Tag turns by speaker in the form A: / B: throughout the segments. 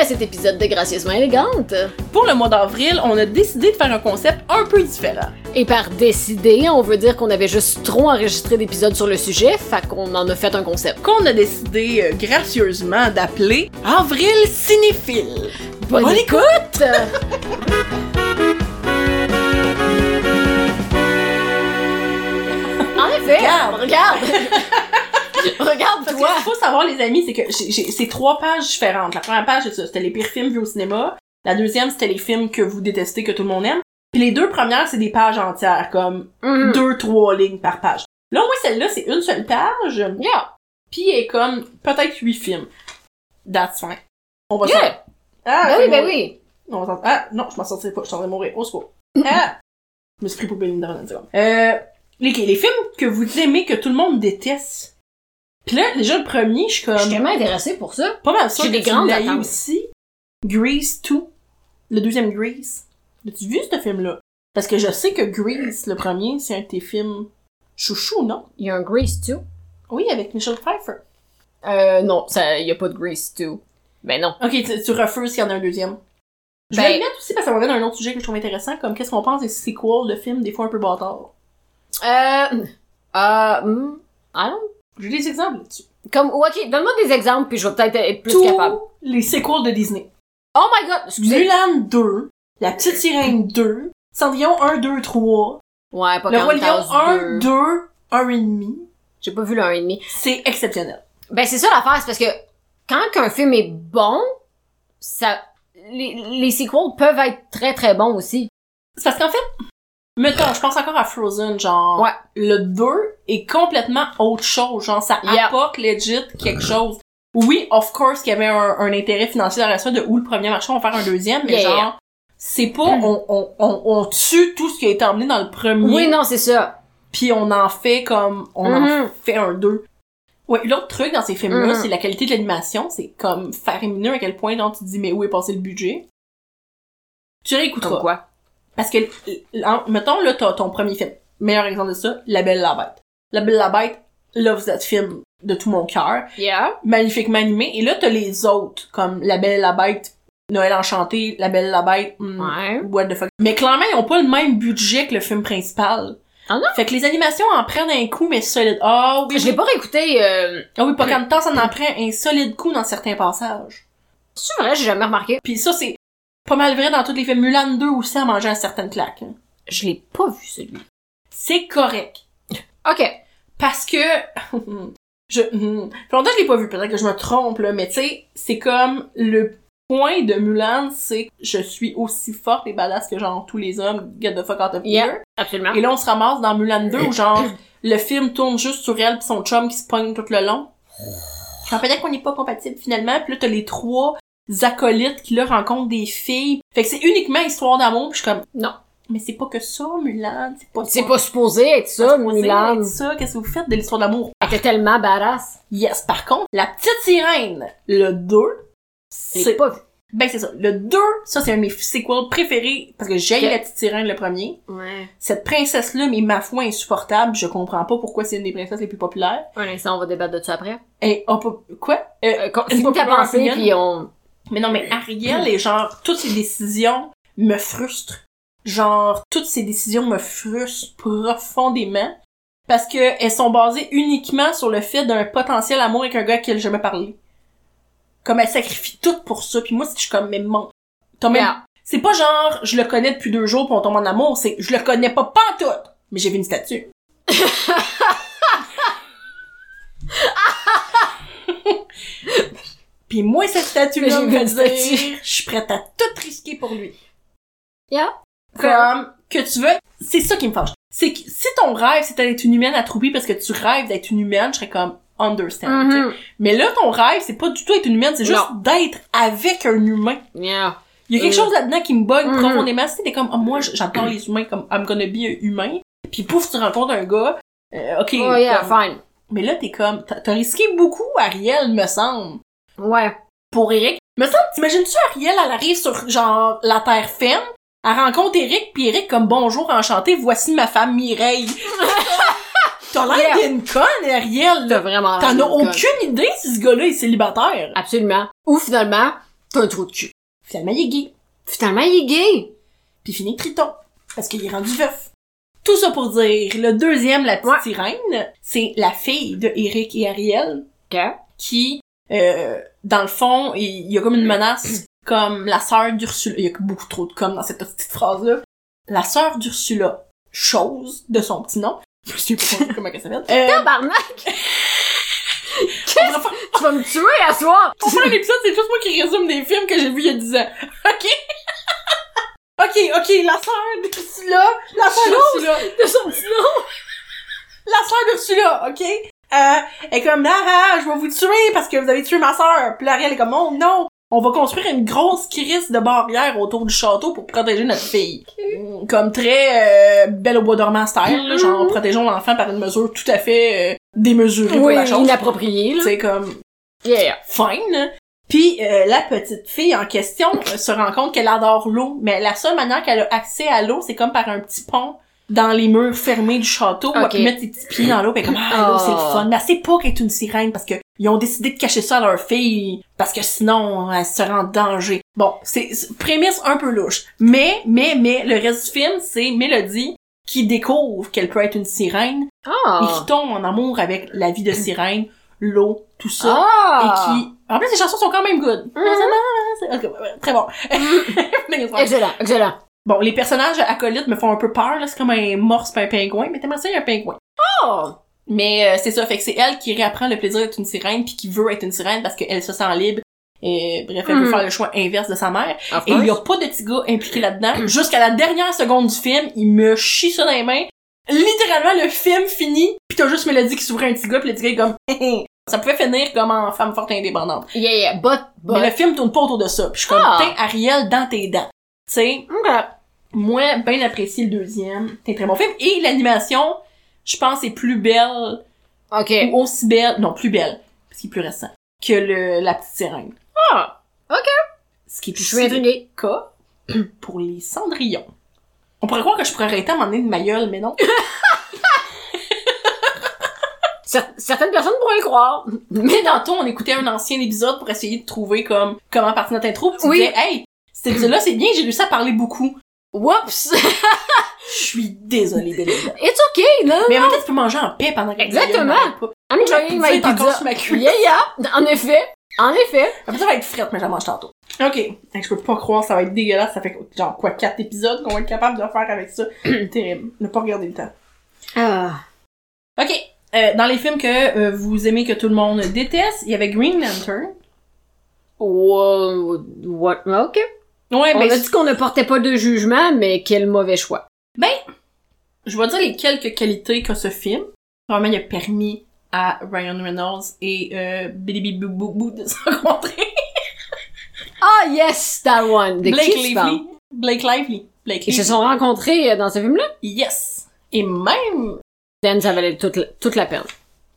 A: à cet épisode de Gracieusement élégante.
B: Pour le mois d'avril, on a décidé de faire un concept un peu différent.
A: Et par décider, on veut dire qu'on avait juste trop enregistré d'épisodes sur le sujet, fait qu'on en a fait un concept.
B: Qu'on a décidé euh, gracieusement d'appeler Avril cinéphile.
A: Bonne
B: écoute!
A: En effet,
B: Regarde.
A: regarde. regarde
B: Parce que
A: toi.
B: ce qu'il faut savoir, les amis, c'est que j'ai- j'ai- c'est trois pages différentes. La première page, c'est ça, c'était les pires films vus au cinéma. La deuxième, c'était les films que vous détestez, que tout le monde aime. Puis les deux premières, c'est des pages entières, comme
A: Mhm.
B: deux, trois lignes par page. Là, oui, celle-là, c'est une seule page,
A: Yeah.
B: puis elle est comme peut-être huit films. That's fine. On va s'en-
A: Yeah.
B: Ah,
A: Ben
B: c'est
A: oui, ben
B: bon.
A: oui.
B: On va s'en- Ah, non, je m'en sortirai pas, je t'en vais mourir. Au secours. Ah! Je me suis pris pour Belinda dans une seconde. Euh, les, les films que vous aimez, que tout le monde déteste. Puis là, déjà, le premier, je suis
A: Je suis
B: comme...
A: tellement intéressée pour ça.
B: Pas mal sûr
A: J'ai
B: que
A: des
B: tu
A: grandes
B: l'as eu
A: attentes.
B: aussi. Grease 2. Le deuxième Grease. As-tu vu ce film-là? Parce que je sais que Grease, le premier, c'est un de tes films chouchou, non?
A: Il y a un Grease 2.
B: Oui, avec Michelle Pfeiffer.
A: Euh, non, ça, il y a pas de Grease 2. Ben non.
B: Ok, tu, tu refuses qu'il y en a un deuxième. Je
A: Ben-
B: vais le mettre aussi parce que ça m'amène à un autre sujet que je trouve intéressant, comme qu'est-ce qu'on pense des sequels de films des fois un peu bâtards.
A: Euh, euh, hmm, I don't-
B: J'ai des exemples là-dessus.
A: Comme, ok, donne-moi des exemples puis je vais peut-être être plus
B: Tous
A: capable.
B: les sequels de Disney.
A: Oh my god, excusez.
B: Mulan 2, La Petite Sirène 2, Cendrillon 1, 2, 3,
A: Ouais, pas
B: Le Roi Lion 1,
A: 1, 2.
B: 2, 1 et demi.
A: J'ai pas vu le 1 et demi.
B: C'est exceptionnel.
A: Ben, c'est ça l'affaire, c'est parce que quand un film est bon, ça, les, les sequels peuvent être très très bons aussi.
B: C'est parce qu'en fait, mettons, je pense encore à Frozen, genre,
A: Ouais.
B: le 2 est complètement autre chose, genre, ça
A: Yeah.
B: apporte legit quelque chose. Oui, of course qu'il y avait un, un intérêt financier dans la suite de où le premier marché, on va faire un deuxième, mais
A: Yeah.
B: genre, c'est pas, on, on, on, on tue tout ce qui a été emmené dans le premier.
A: Oui, non, c'est ça.
B: puis on en fait comme on en
A: Mhm.
B: fait un deux. Ouais, l'autre truc dans ces films-là,
A: Mhm.
B: c'est la qualité de l'animation, c'est comme faramineux à quel point donc tu te dis mais où est passé le budget. Tu réécouteras.
A: Comme quoi?
B: Parce que l- en- mettons là t'as ton premier film, meilleur exemple de ça, La Belle et la Bête. La Belle et la Bête loves that film de tout mon cœur,
A: Yeah.
B: magnifiquement animé et là t'as les autres comme La Belle et la Bête, Noël enchanté, La Belle et la Bête, hmm,
A: Ouais.
B: What the fuck. Mais clairement, ils ont pas le même budget que le film principal.
A: Ah non?
B: Fait que les animations en prennent un coup, mais solide. Ah oui.
A: Je l'ai pas réécouté, euh,
B: Ah oui, pas quand de temps, ça en prend un solide coup dans certains passages.
A: c'est vrai, j'ai jamais remarqué.
B: Puis ça, c'est pas mal vrai dans tous les films. Mulan 2 aussi a mangé un certain claque. hein.
A: Je l'ai pas vu, celui-là.
B: C'est correct.
A: Ok.
B: Parce que... je... hmm. Fait longtemps que je l'ai pas vu, peut-être que je me trompe, là, mais tu sais, c'est comme le point de Mulan, c'est « Je suis aussi forte et badass que genre tous les hommes, get the fuck out of here.
A: Yeah. » Absolument.
B: Et là, on se ramasse dans Mulan 2 où genre, le film tourne juste sur elle pis son chum qui se pogne tout le long. Genre, peut-être qu'on n'est pas compatible finalement. Puis là, t'as les trois acolytes qui là rencontrent des filles. Fait que c'est uniquement histoire d'amour pis je suis comme,
A: Non.
B: mais c'est pas que ça, Mulan, c'est pas
A: C'est
B: ça.
A: pas supposé être ça,
B: C'est
A: Mulan.
B: être ça, qu'est-ce que vous faites de l'histoire d'amour?
A: Elle était tellement badass.
B: Yes, par contre, la petite sirène, le 2,
A: Je l'ai
B: c'est...
A: pas vu.
B: Ben c'est ça. Le 2, ça c'est un de mes sequels préférés parce que j'ai
A: Ok.
B: la petite sirène le premier.
A: Ouais.
B: Cette princesse-là, mais ma foi, insupportable. Je comprends pas pourquoi c'est une des princesses les plus populaires.
A: Un instant, on va débattre de ça après.
B: Et on peut... Quoi? Euh,
A: Euh, con-
B: C'est
A: Finis ta
B: pas
A: pensée,
B: opinion.
A: puis on...
B: mais non, mais Ariel et genre, toutes ses décisions me frustrent. Genre, toutes ses décisions me frustrent profondément. Parce que elles sont basées uniquement sur le fait d'un potentiel amour avec un gars qui elle jamais parlé. Comme elle sacrifie tout pour ça. Puis moi, si je suis comme, mais mon... T'as même-
A: Yeah.
B: C'est pas genre, je le connais depuis deux jours pis on tombe en amour, c'est, je le connais pas pantoute, mais j'ai vu une statue. Pis moi, cette statue-là,
A: J'ai vu
B: me fait
A: une statue.
B: dire, je suis prête à tout risquer pour lui.
A: Yeah.
B: Comme, que tu veux, c'est ça qui me fâche. C'est que, si ton rêve, c'est d'être une humaine à trouver parce que tu rêves d'être une humaine, je serais comme, understand. tu sais.
A: Mhm.
B: Mais là, ton rêve, c'est pas du tout être une humaine, c'est juste d'être avec un humain.
A: Yeah.
B: Il y a quelque
A: Euh. chose
B: chose là-dedans qui me bug
A: Mhm.
B: profondément. C'était comme, Ah, moi, j'adore les humains, comme, I'm gonna be a humain. Puis pouf, tu rencontres un gars. Euh, ok.
A: Oh yeah,
B: comme-
A: fine.
B: Mais là, t'es comme, t'as t'as risqué beaucoup, Ariel, me semble.
A: Ouais.
B: Pour Eric. Me semble, t'imagines-tu Ariel, elle arrive sur, genre, la terre ferme. Elle rencontre Eric, puis Eric, comme, bonjour, enchanté, voici ma femme Mireille. T'as l'air
A: Yeah.
B: d'une conne, Ariel,
A: T'as
B: là.
A: vraiment
B: T'en
A: raison,
B: as
A: Nicole.
B: aucune idée si ce gars-là est célibataire.
A: Absolument. Ou finalement, T'as un trou de cul.
B: Finalement, il est gay.
A: Finalement, il est gay.
B: Puis finit Triton, parce qu'il est rendu veuf. Tout ça pour dire, le deuxième, la petite
A: Ouais.
B: sirène, c'est la fille de Eric et Ariel,
A: OK.
B: qui, euh, dans le fond, il il y a comme une menace, comme la sœur d'Ursula. Il y a beaucoup trop de comme dans cette petite phrase-là. La sœur d'Ursula, chose de son petit nom. Je sais pas comment elle s'appelle. Euh,
A: Tabarnak!
B: on pourrait faire-
A: Tu vas me tuer à soir!
B: Pour faire l'épisode, c'est juste moi qui résume des films que j'ai vus il y a 10 ans. OK? OK, OK, la sœur d'Ursula, la sœur d'Ursula,
A: De son petit nom!
B: la sœur d'Ursula, OK? Euh, elle est comme, ah, ah, je vais vous tuer parce que vous avez tué ma sœur. Puis Ariel est comme, oh non, on va construire une grosse crise de barrière autour du château pour protéger notre fille. Comme très euh, belle au bois dormant style, là, genre protégeons l'enfant par une mesure tout à fait euh, démesurée pour
A: Oui,
B: la chose.
A: inapproprié, là.
B: C'est comme,
A: Yeah.
B: fine. Puis euh, la petite fille en question euh, se rend compte qu'elle adore l'eau, mais la seule manière qu'elle a accès à l'eau, c'est comme par un petit pont dans les murs fermés du château, où elle
A: Ok.
B: peut mettre ses petits pieds dans l'eau, puis elle est comme ah l'eau c'est le
A: Oh.
B: fun, mais elle sait pas qu'elle est une sirène parce que ils ont décidé de cacher ça à leur fille parce que sinon elle se rend en danger. Bon, c'est c'est- prémisse un peu louche, mais mais mais le reste du film c'est Mélodie qui découvre qu'elle peut être une sirène et
A: Ah!
B: qui tombe en amour avec la vie de sirène, l'eau, tout ça et
A: Ah!
B: qui en plus les chansons sont quand même good Ok, ouais, ouais, très bon
A: Excellent, excellent.
B: bon les personnages acolytes me font un peu peur là c'est comme un morse pis un pingouin mais t'aimerais ça il y a un pingouin
A: Oh!
B: mais euh, c'est ça fait que c'est elle qui réapprend le plaisir d'être une sirène puis qui veut être une sirène parce qu'elle se sent libre et bref elle veut
A: Mhm.
B: faire le choix inverse de sa mère et il y a pas de petit gars impliqué là-dedans jusqu'à la dernière seconde du film il me chie ça dans les mains littéralement le film finit puis t'as juste Mélodie qui s'ouvrait un petit gars pis le petit gars est comme ça pouvait finir comme en femme forte et indépendante
A: Yeah, yeah, but, but.
B: mais le film tourne pas autour de ça. Puis je suis comme,
A: Ah.
B: t'es Ariel dans tes dents. Tu sais,
A: Ok.
B: moi, bien apprécié le deuxième. C'est un très bon film. Et l'animation, je pense, est plus belle,
A: Ok.
B: ou aussi belle, non, plus belle, parce qu'il est plus récent, que le, La Petite Sirène.
A: Ah!
B: Ce qui est
A: Je
B: aussi
A: suis intriguée.
B: le cas pour les Cendrillons. On pourrait croire que je pourrais arrêter à m'emmener de ma gueule, mais non.
A: Cer- certaines personnes pourraient le croire.
B: Mais tantôt, on écoutait un ancien épisode pour essayer de trouver comme comment partir notre intro. Puis tu
A: Oui.
B: disais, hey, cet épisode-là, c'est bien, j'ai lu ça parler beaucoup.
A: Whoops!
B: Je suis désolée, Belinda.
A: It's okay, là!
B: Mais en même temps, tu peux manger en paix pendant que
A: Exactement. I'm
B: La
A: enjoying
B: pizza
A: my
B: est encore
A: pizza.
B: sur ma cuisse.
A: Yeah, yeah! En effet. En effet.
B: Après ça va être frite, mais je la mange tantôt. Ok. Hey, Je peux pas croire, ça va être dégueulasse. Ça fait genre quoi, quatre épisodes qu'on va être capable de faire avec ça. Terrible. Ne pas regarder le temps.
A: Ah.
B: Ok. Euh, dans les films que euh, vous aimez que tout le monde déteste, il y avait Green Lantern.
A: Wow, what? Ok.
B: Ouais,
A: On
B: ben,
A: a dit qu'on ne portait pas de jugement, mais quel mauvais choix.
B: je vais dire les quelques qualités qu'a ce film. Vraiment, il a permis à Ryan Reynolds et euh, Billy Bee Boo Boo Boo de se rencontrer.
A: Ah yes, that one. De
B: Blake
A: qui tu parles?
B: Lively. Blake Lively. Blake
A: Ils se
B: Lively.
A: sont rencontrés euh, dans ce film-là?
B: Yes. Et même
A: Dan, ça valait toute la, toute la peine.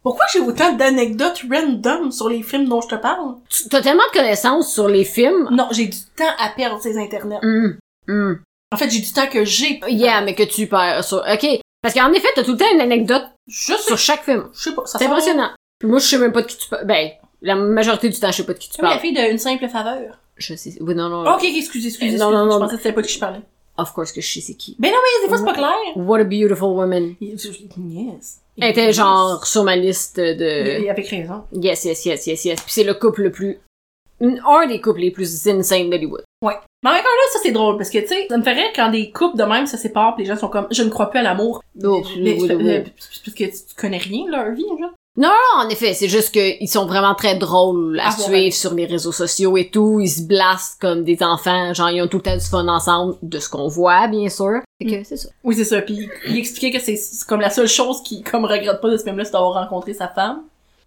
B: Pourquoi j'ai autant d'anecdotes random sur les films dont je te parle?
A: Tu- T'as tellement de connaissances sur les films.
B: Non, j'ai du temps à perdre ces internets.
A: Hum, hum.
B: En fait, j'ai du temps que j'ai.
A: Yeah, mais que tu perds sur... OK. Parce qu'en effet, t'as tout le temps une anecdote
B: Je sais,
A: sur chaque film.
B: je sais pas. Ça
A: C'est
B: sort-
A: impressionnant. Puis moi, je sais même pas de qui tu parles. Ben, la majorité du temps, je sais pas de qui tu
B: Comme la
A: parles.
B: fille d'une simple faveur.
A: Je sais... Oui, non, non.
B: Ok, ok, excusez, excusez, excusez.
A: non, non,
B: je
A: non.
B: pensais que c'était pas de qui je parlais.
A: Of course que je sais c'est qui.
B: Ben non, mais des fois, c'est pas clair.
A: What a beautiful woman.
B: Yes.
A: Elle était genre euh, sur ma liste de...
B: Et avec raison.
A: Yes, yes, yes, yes, yes. Puis c'est le couple le plus... une- Un des couples les plus insane d'Hollywood.
B: Mais encore là, ça c'est drôle parce que tu sais, ça me fait rire quand des couples de même se séparent, pis les gens sont comme, je ne crois plus à l'amour.
A: Oh,
B: Mais-
A: oui, oui, oui.
B: euh, Parce que tu tu connais rien de leur vie, genre.
A: Ah, en effet, c'est juste qu'ils sont vraiment très drôles à
B: Ah,
A: suivre
B: ouais.
A: sur les réseaux sociaux et tout. Ils se blastent comme des enfants. Genre, ils ont tout le temps du fun ensemble, de ce qu'on voit, bien sûr. Fait que c'est ça.
B: Oui, c'est ça. Puis il expliquait que c'est c'est comme la seule chose qui comme regrette pas de ce film-là, c'est d'avoir rencontré sa femme.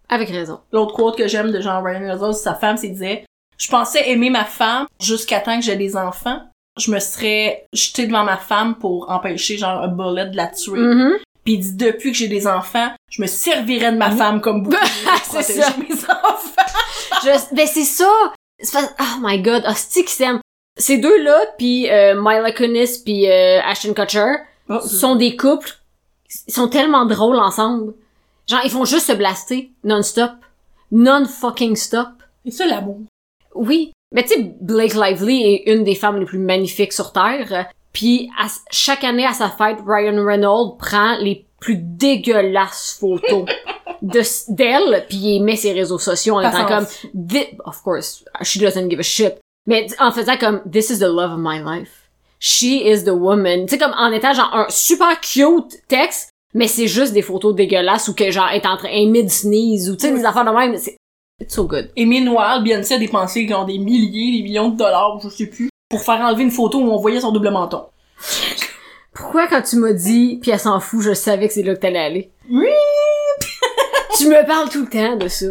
A: Avec raison.
B: L'autre quote que j'aime de Jean Ryan Reynolds, sa femme, c'est disait Je pensais aimer ma femme jusqu'à temps que j'ai des enfants. Je me serais jetée devant ma femme pour empêcher genre un bullet de la tuer.
A: Mhm.
B: Puis il dit depuis que j'ai des enfants, je me servirais de ma femme comme bouclier pour
A: Mm. C'est
B: protéger
A: ça.
B: mes enfants.
A: Je- ben, c'est ça! C'est parce- Oh my god, hostie qui s'aiment. Ces deux-là, puis euh, Mila Kunis puis euh, Ashton Kutcher, sont des couples... Ils sont tellement drôles ensemble. Genre, ils font juste se blaster non-stop. Non-fucking-stop.
B: C'est ça l'amour.
A: Oui, Mais tu sais, Blake Lively est une des femmes les plus magnifiques sur Terre. Puis à- chaque année à sa fête, Ryan Reynolds prend les plus dégueulasses photos de d'elle, puis il met ses réseaux sociaux en
B: Pas
A: étant
B: sens.
A: comme Thi- of course she doesn't give a shit, mais en faisant comme this is the love of my life, she is the woman, tu sais comme en étant genre un super cute texte, mais c'est juste des photos dégueulasses ou que genre elle est en train elle mid sneeze ou tu sais des affaires de même, c'est it's so good.
B: Et meanwhile, Beyoncé a dépensé genre des milliers, des millions de dollars, je sais plus, pour faire enlever une photo où on voyait son double menton.
A: Pourquoi quand tu m'as dit puis elle s'en fout, je savais que c'est là que t'allais aller.
B: Oui!
A: tu me parles tout le temps de ça.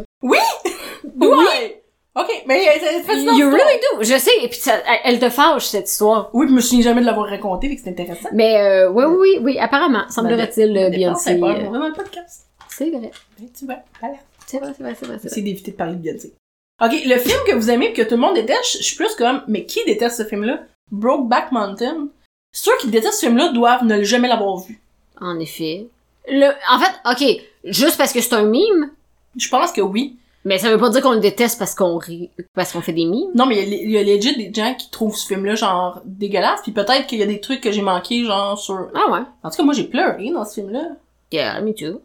B: Ouais! Ok, mais euh, c'est c'est fascinant.
A: You
B: ça.
A: really do. Je sais. Et puis ça- elle- elle te fâche cette histoire.
B: Oui, puis je me souviens jamais de l'avoir raconté, fait que c'est intéressant.
A: Mais euh, oui, oui, oui, oui. Apparemment, semblerait-il,
B: Ça
A: euh,
B: dépend,
A: Beyoncé.
B: ça dépend,
A: euh,
B: on est dans le podcast.
A: C'est vrai.
B: Ben, tu vois, voilà.
A: C'est vrai, c'est vrai, c'est vrai. c'est vrai.
B: C'est d'éviter de parler de Beyoncé. Ok, le film que vous aimez et que tout le monde déteste, je suis plus comme, mais qui déteste ce film-là? Brokeback Mountain. Ceux qui détestent ce film-là doivent ne jamais l'avoir vu.
A: En effet. Le, en fait, ok, juste parce que c'est un mime,
B: Je pense que oui.
A: mais ça veut pas dire qu'on le déteste parce qu'on rit, parce qu'on fait des mimes.
B: Non, mais il y a- il y, a legit des gens qui trouvent ce film-là, genre, dégueulasse, puis peut-être qu'il y a des trucs que j'ai manqués, genre, sur...
A: Ah ouais.
B: En tout cas, moi, j'ai pleuré dans ce film-là.
A: Yeah, me too.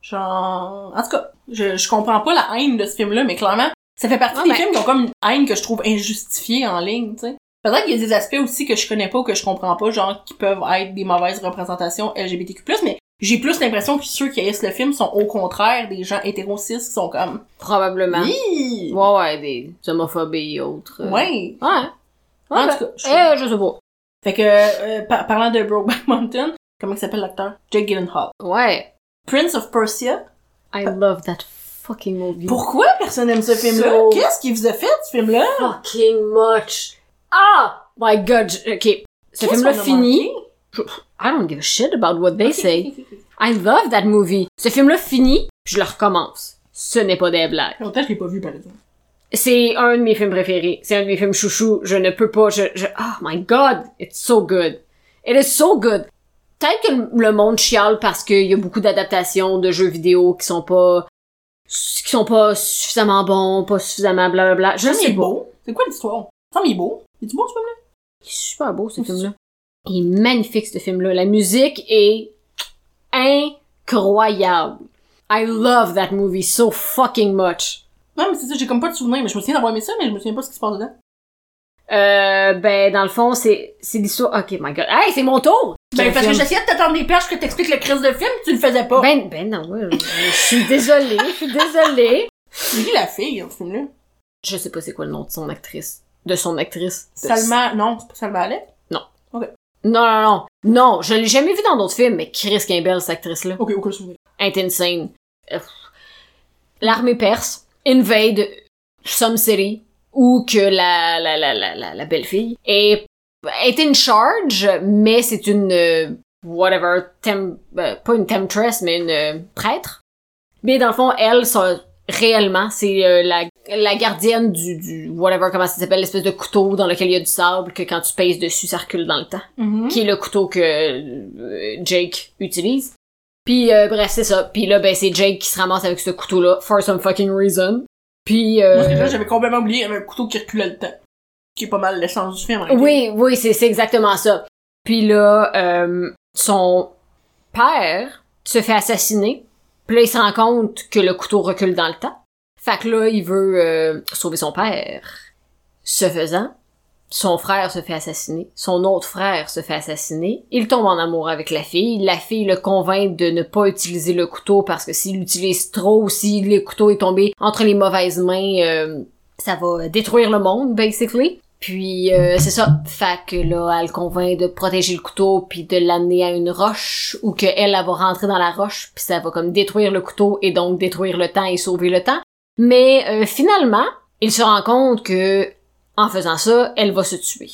B: Genre... En tout cas, je, je comprends pas la haine de ce film-là, mais clairement, ça fait partie
A: Ah
B: des
A: ben.
B: films qui ont comme une haine que je trouve injustifiée en ligne, tu sais. Peut-être qu'il y a des aspects aussi que je connais pas ou que je comprends pas, genre, qui peuvent être des mauvaises représentations LGBTQ+, mais j'ai plus l'impression que ceux qui haïssent le film sont au contraire des gens hétéro-cis qui sont comme...
A: Probablement.
B: Hi!
A: Ouais, ouais, des homophobies et autres. euh.
B: Ouais!
A: Ouais. Ouais,
B: En
A: ben,
B: tout cas, je trouve-
A: eh, je sais pas.
B: Fait que, euh, par- parlant de Brokeback Mountain, comment il s'appelle l'acteur? Jake Gyllenhaal.
A: Ouais.
B: Prince of Persia.
A: I love that fucking movie.
B: Pourquoi personne n'aime ce film-là?
A: So-
B: Qu'est-ce qu'il vous a fait, ce film-là?
A: Ah. fucking much. Ah! My god, je- ok. Ce
B: Qu'est-ce
A: film-là
B: qu'on a
A: fini. I don't give a shit about what they
B: Ok,
A: say.
B: ok, ok.
A: I love that movie. Ce film-là finit, puis je le recommence. Ce n'est pas des blagues.
B: Longtemps, je l'ai pas vu, par exemple.
A: C'est un de mes films préférés. C'est un de mes films chouchou. Je ne peux pas. Je, je- Oh my god, it's so good. It is so good. Peut-être que le- le monde chiale parce qu'il y a beaucoup d'adaptations de jeux vidéo qui sont pas qui sont pas suffisamment bons, pas suffisamment blablabla. Je
B: Ça, il
A: sais
B: est
A: pas.
B: beau. C'est quoi l'histoire? Ça, il est beau. Il est beau, ce film-là?
A: Il est super beau, ce
B: Oui,
A: film-là. Il est magnifique, ce film-là. La musique est incroyable. I love that movie so fucking much.
B: Non, mais c'est ça, j'ai comme pas de souvenir, mais je me souviens d'avoir aimé ça, mais je me souviens pas ce qui se passe dedans.
A: Euh, ben, dans le fond, c'est, c'est l'histoire... Ok, my god. Hey, c'est mon tour!
B: Ben, parce que
A: Film.
B: j'essayais de t'attendre des perches que t'expliques le crise de film, tu le faisais pas.
A: Ben, ben non, ouais, je je suis désolée, je suis désolée.
B: C'est lui, la fille, dans ce film-là.
A: Je sais pas c'est quoi le nom de son actrice. De son actrice. De-
B: Salma, non, c'est pas Salma Alec.
A: Non, non, non. Non, je l'ai jamais vue dans d'autres films, mais Chris Kimbell, cette actrice-là.
B: Ok, aucun souvenir.
A: est insane. Ugh. L'armée perse invade some city où que la, la, la, la, la, la belle-fille est, est in charge, mais c'est une, euh, whatever, tem- euh, pas une temptress, mais une euh, prêtre. Mais dans le fond, elle, ça- réellement, c'est euh, la, la gardienne du, du, whatever, comment ça s'appelle, l'espèce de couteau dans lequel il y a du sable, que quand tu pèses dessus, ça recule dans le temps
B: Mhm.
A: qui est le couteau que euh, Jake utilise. Puis euh, bref, c'est ça. Puis là ben c'est Jake qui se ramasse avec ce couteau là for some fucking reason. Puis euh,
B: Moi, déjà, j'avais complètement oublié, il y avait un couteau qui reculait le temps. Qui est pas mal l'essence du film, en réalité.
A: oui, oui, c'est c'est exactement ça. Puis là euh, son père se fait assassiner. Puis là, il se rend compte que le couteau recule dans le temps. Fait que là, il veut euh, sauver son père. Ce faisant, son frère se fait assassiner, son autre frère se fait assassiner, il tombe en amour avec la fille, la fille le convainc de ne pas utiliser le couteau parce que s'il l'utilise trop, si le couteau est tombé entre les mauvaises mains, euh, ça va détruire le monde, basically. Puis euh, c'est ça, fait que là, elle le convainc de protéger le couteau puis de l'amener à une roche ou que elle, elle va rentrer dans la roche puis ça va comme détruire le couteau et donc détruire le temps et sauver le temps. Mais euh, finalement, il se rend compte que en faisant ça, elle va se tuer.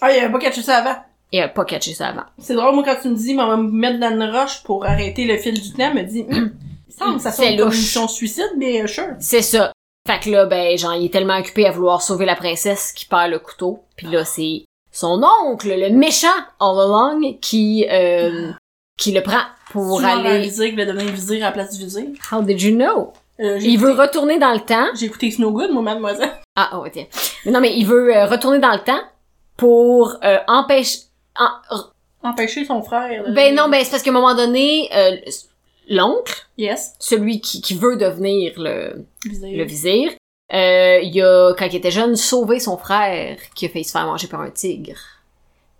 B: Ah, il avait pas catché ça avant.
A: Et elle a pas catché ça avant.
B: C'est drôle, moi, quand tu me dis, maman, me mettre dans une roche pour arrêter le fil du temps, me dit, hum, il semble que ça
A: C'est
B: sonne comme une
A: louche.
B: mission suicide, mais euh, sure.
A: C'est ça. Fait que là, ben, genre, il est tellement occupé à vouloir sauver la princesse qu'il perd le couteau. Puis là, c'est son oncle, le méchant All Along, qui, euh, qui le prend pour
B: Souvent, un
A: aller...
B: visir, il va devenir visir à la place du visir.
A: How did you know?
B: Euh, j'ai
A: Il veut
B: écouté-
A: retourner dans le temps.
B: J'ai écouté Snow Good, moi, mademoiselle.
A: Ah, oh, tiens. Mais non, mais il veut euh, retourner dans le temps pour euh, empêcher... en- r-
B: Empêcher son frère. de-
A: Ben non, ben c'est parce qu'à un moment donné, euh, l'oncle,
B: Yes.
A: celui qui, qui veut devenir le,
B: Visé.
A: le vizir, euh, il a, quand il était jeune, sauvé son frère qui a failli se faire manger par un tigre.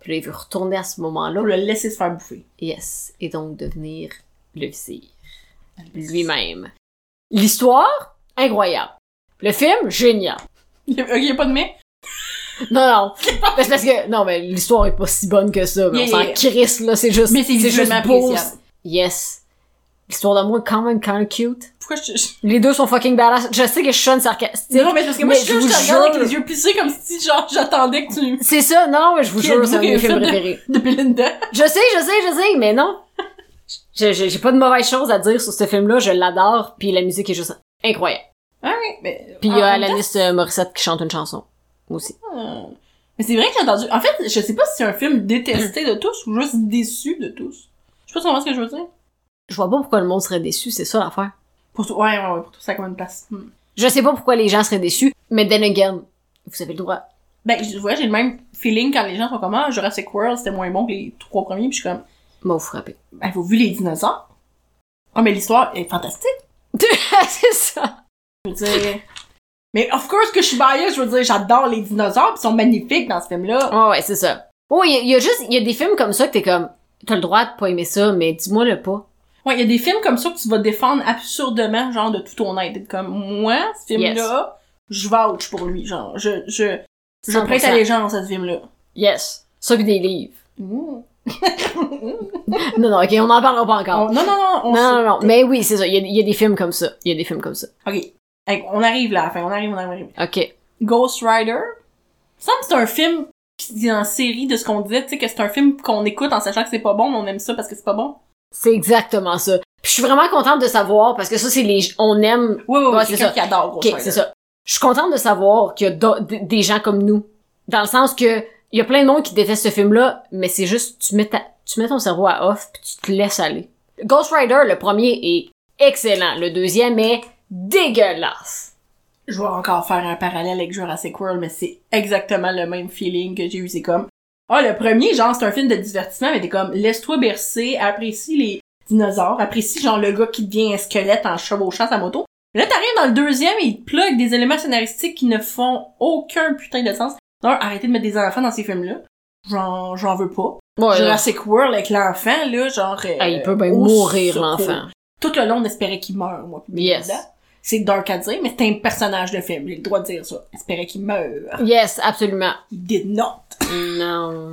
A: Puis là, il veut retourner à ce moment-là.
B: Pour le laisser se faire bouffer.
A: Yes. Et donc devenir le vizir lui-même. L'histoire, incroyable. Le film, génial.
B: Il y a, il y a pas de mais.
A: Non, non. Mais c'est parce que, non, mais l'histoire est pas si bonne que ça, mais
B: Yeah,
A: on s'en
B: yeah.
A: crisse, là, c'est juste,
B: Mais c'est
A: juste
B: visuellement
A: beau.
B: appréciable.
A: Yes. L'histoire d'amour est quand même quand même cute.
B: Pourquoi je... je-
A: Les deux sont fucking badass. Je sais que je sonne sarcastique.
B: Non, mais c'est parce que moi,
A: Mais
B: je, je,
A: vous
B: te regarde
A: jure.
B: avec les yeux plissés comme si, genre, j'attendais que tu...
A: C'est ça, non, mais je vous
B: Quel
A: jure, c'est un de
B: bouquin
A: mes films
B: film de-
A: préférés.
B: De Belinda.
A: Je sais, je sais, je sais, mais non. Je- je- J'ai pas de mauvaise chose à dire sur ce film-là, je l'adore, puis la musique est juste incroyable.
B: Ouais, mais...
A: Puis il
B: Ah, en
A: y a
B: même temps,
A: Alanis euh, Morissette qui chante une chanson aussi.
B: Euh, Mais c'est vrai que j'ai entendu. En fait, je sais pas si c'est un film détesté de tous ou juste déçu de tous. Je sais pas si tu comprends ce que je veux dire.
A: Je vois pas pourquoi le monde serait déçu, c'est ça l'affaire.
B: Pour toi, ouais, ouais, ouais, pour toi, ça a quand même place. Hmm.
A: Je sais pas pourquoi les gens seraient déçus, mais then again, vous avez le droit.
B: Ben, je vois, j'ai le même feeling quand les gens sont comme, ah, Jurassic World, c'était moins bon que les trois premiers, puis je suis comme,
A: M'a frappé.
B: ben, vous vu les dinosaures? Ah, mais l'histoire est fantastique,
A: c'est ça.
B: je veux dire. Mais of course que je suis biased, je veux dire, j'adore les dinosaures, pis ils sont magnifiques dans ce film-là.
A: Ouais, ouais, c'est ça. Ouais, il y, a juste, il y a des films comme ça que t'es comme, t'as le droit de pas aimer ça, mais dis-moi le pas.
B: Ouais, il y a des films comme ça que tu vas défendre absurdement, genre, de tout ton être. Comme, moi, ce film-là, je vouch pour lui, genre, je, je, je prête
A: 100%.
B: allégeance à ce film-là.
A: Yes. Ça pis des livres.
B: Ouh.
A: Non, non, ok, on en parlera pas encore.
B: On- non, non, non,
A: Non,
B: on
A: non,
B: se-
A: non, mais oui, c'est ça. Il y, a, il y a des films comme ça. Il y a des films comme ça.
B: Ok. Hey, on arrive là, enfin, on arrive, on arrive.
A: Ok.
B: Ghost Rider. Ça me semble que c'est un film qui est en série de ce qu'on disait, tu sais, que c'est un film qu'on écoute en sachant que c'est pas bon, mais on aime ça parce que c'est pas bon.
A: C'est exactement ça. Puis je suis vraiment contente de savoir, parce que ça, c'est les, on aime.
B: Ouais, ouais, ouais,
A: Ouais,
B: c'est
A: c'est
B: quelqu'un
A: ça.
B: qui adore
A: Ok,
B: Ghost Rider.
A: c'est ça. Je suis contente de savoir qu'il y a do- d- des gens comme nous. Dans le sens que, il y a plein de monde qui déteste ce film-là, mais c'est juste, tu mets ta, tu mets ton cerveau à off puis tu te laisses aller. Ghost Rider, le premier, est excellent. Le deuxième est dégueulasse.
B: Je vais encore faire un parallèle avec Jurassic World, mais c'est exactement le même feeling que j'ai eu. C'est comme, ah, le premier, genre, c'est un film de divertissement, mais t'es comme, laisse-toi bercer, apprécie les dinosaures, apprécie, genre, le gars qui devient un squelette en chevauchant sa moto. Mais là, t'arrives dans le deuxième et il te plug des éléments scénaristiques qui ne font aucun putain de sens. Non, arrêtez de mettre des enfants dans ces films-là. J'en, j'en veux pas.
A: Ouais, là.
B: Jurassic World avec l'enfant, là, genre. euh,
A: Ah, il peut bien
B: au
A: mourir,
B: secours.
A: l'enfant.
B: Tout le long, on espérait qu'il meure, moi. puis
A: Yes.
B: Belinda. C'est dark à dire, mais c'est un personnage de film. J'ai le droit de dire ça. On espérait qu'il meure.
A: Yes, absolument.
B: Il did not.
A: non.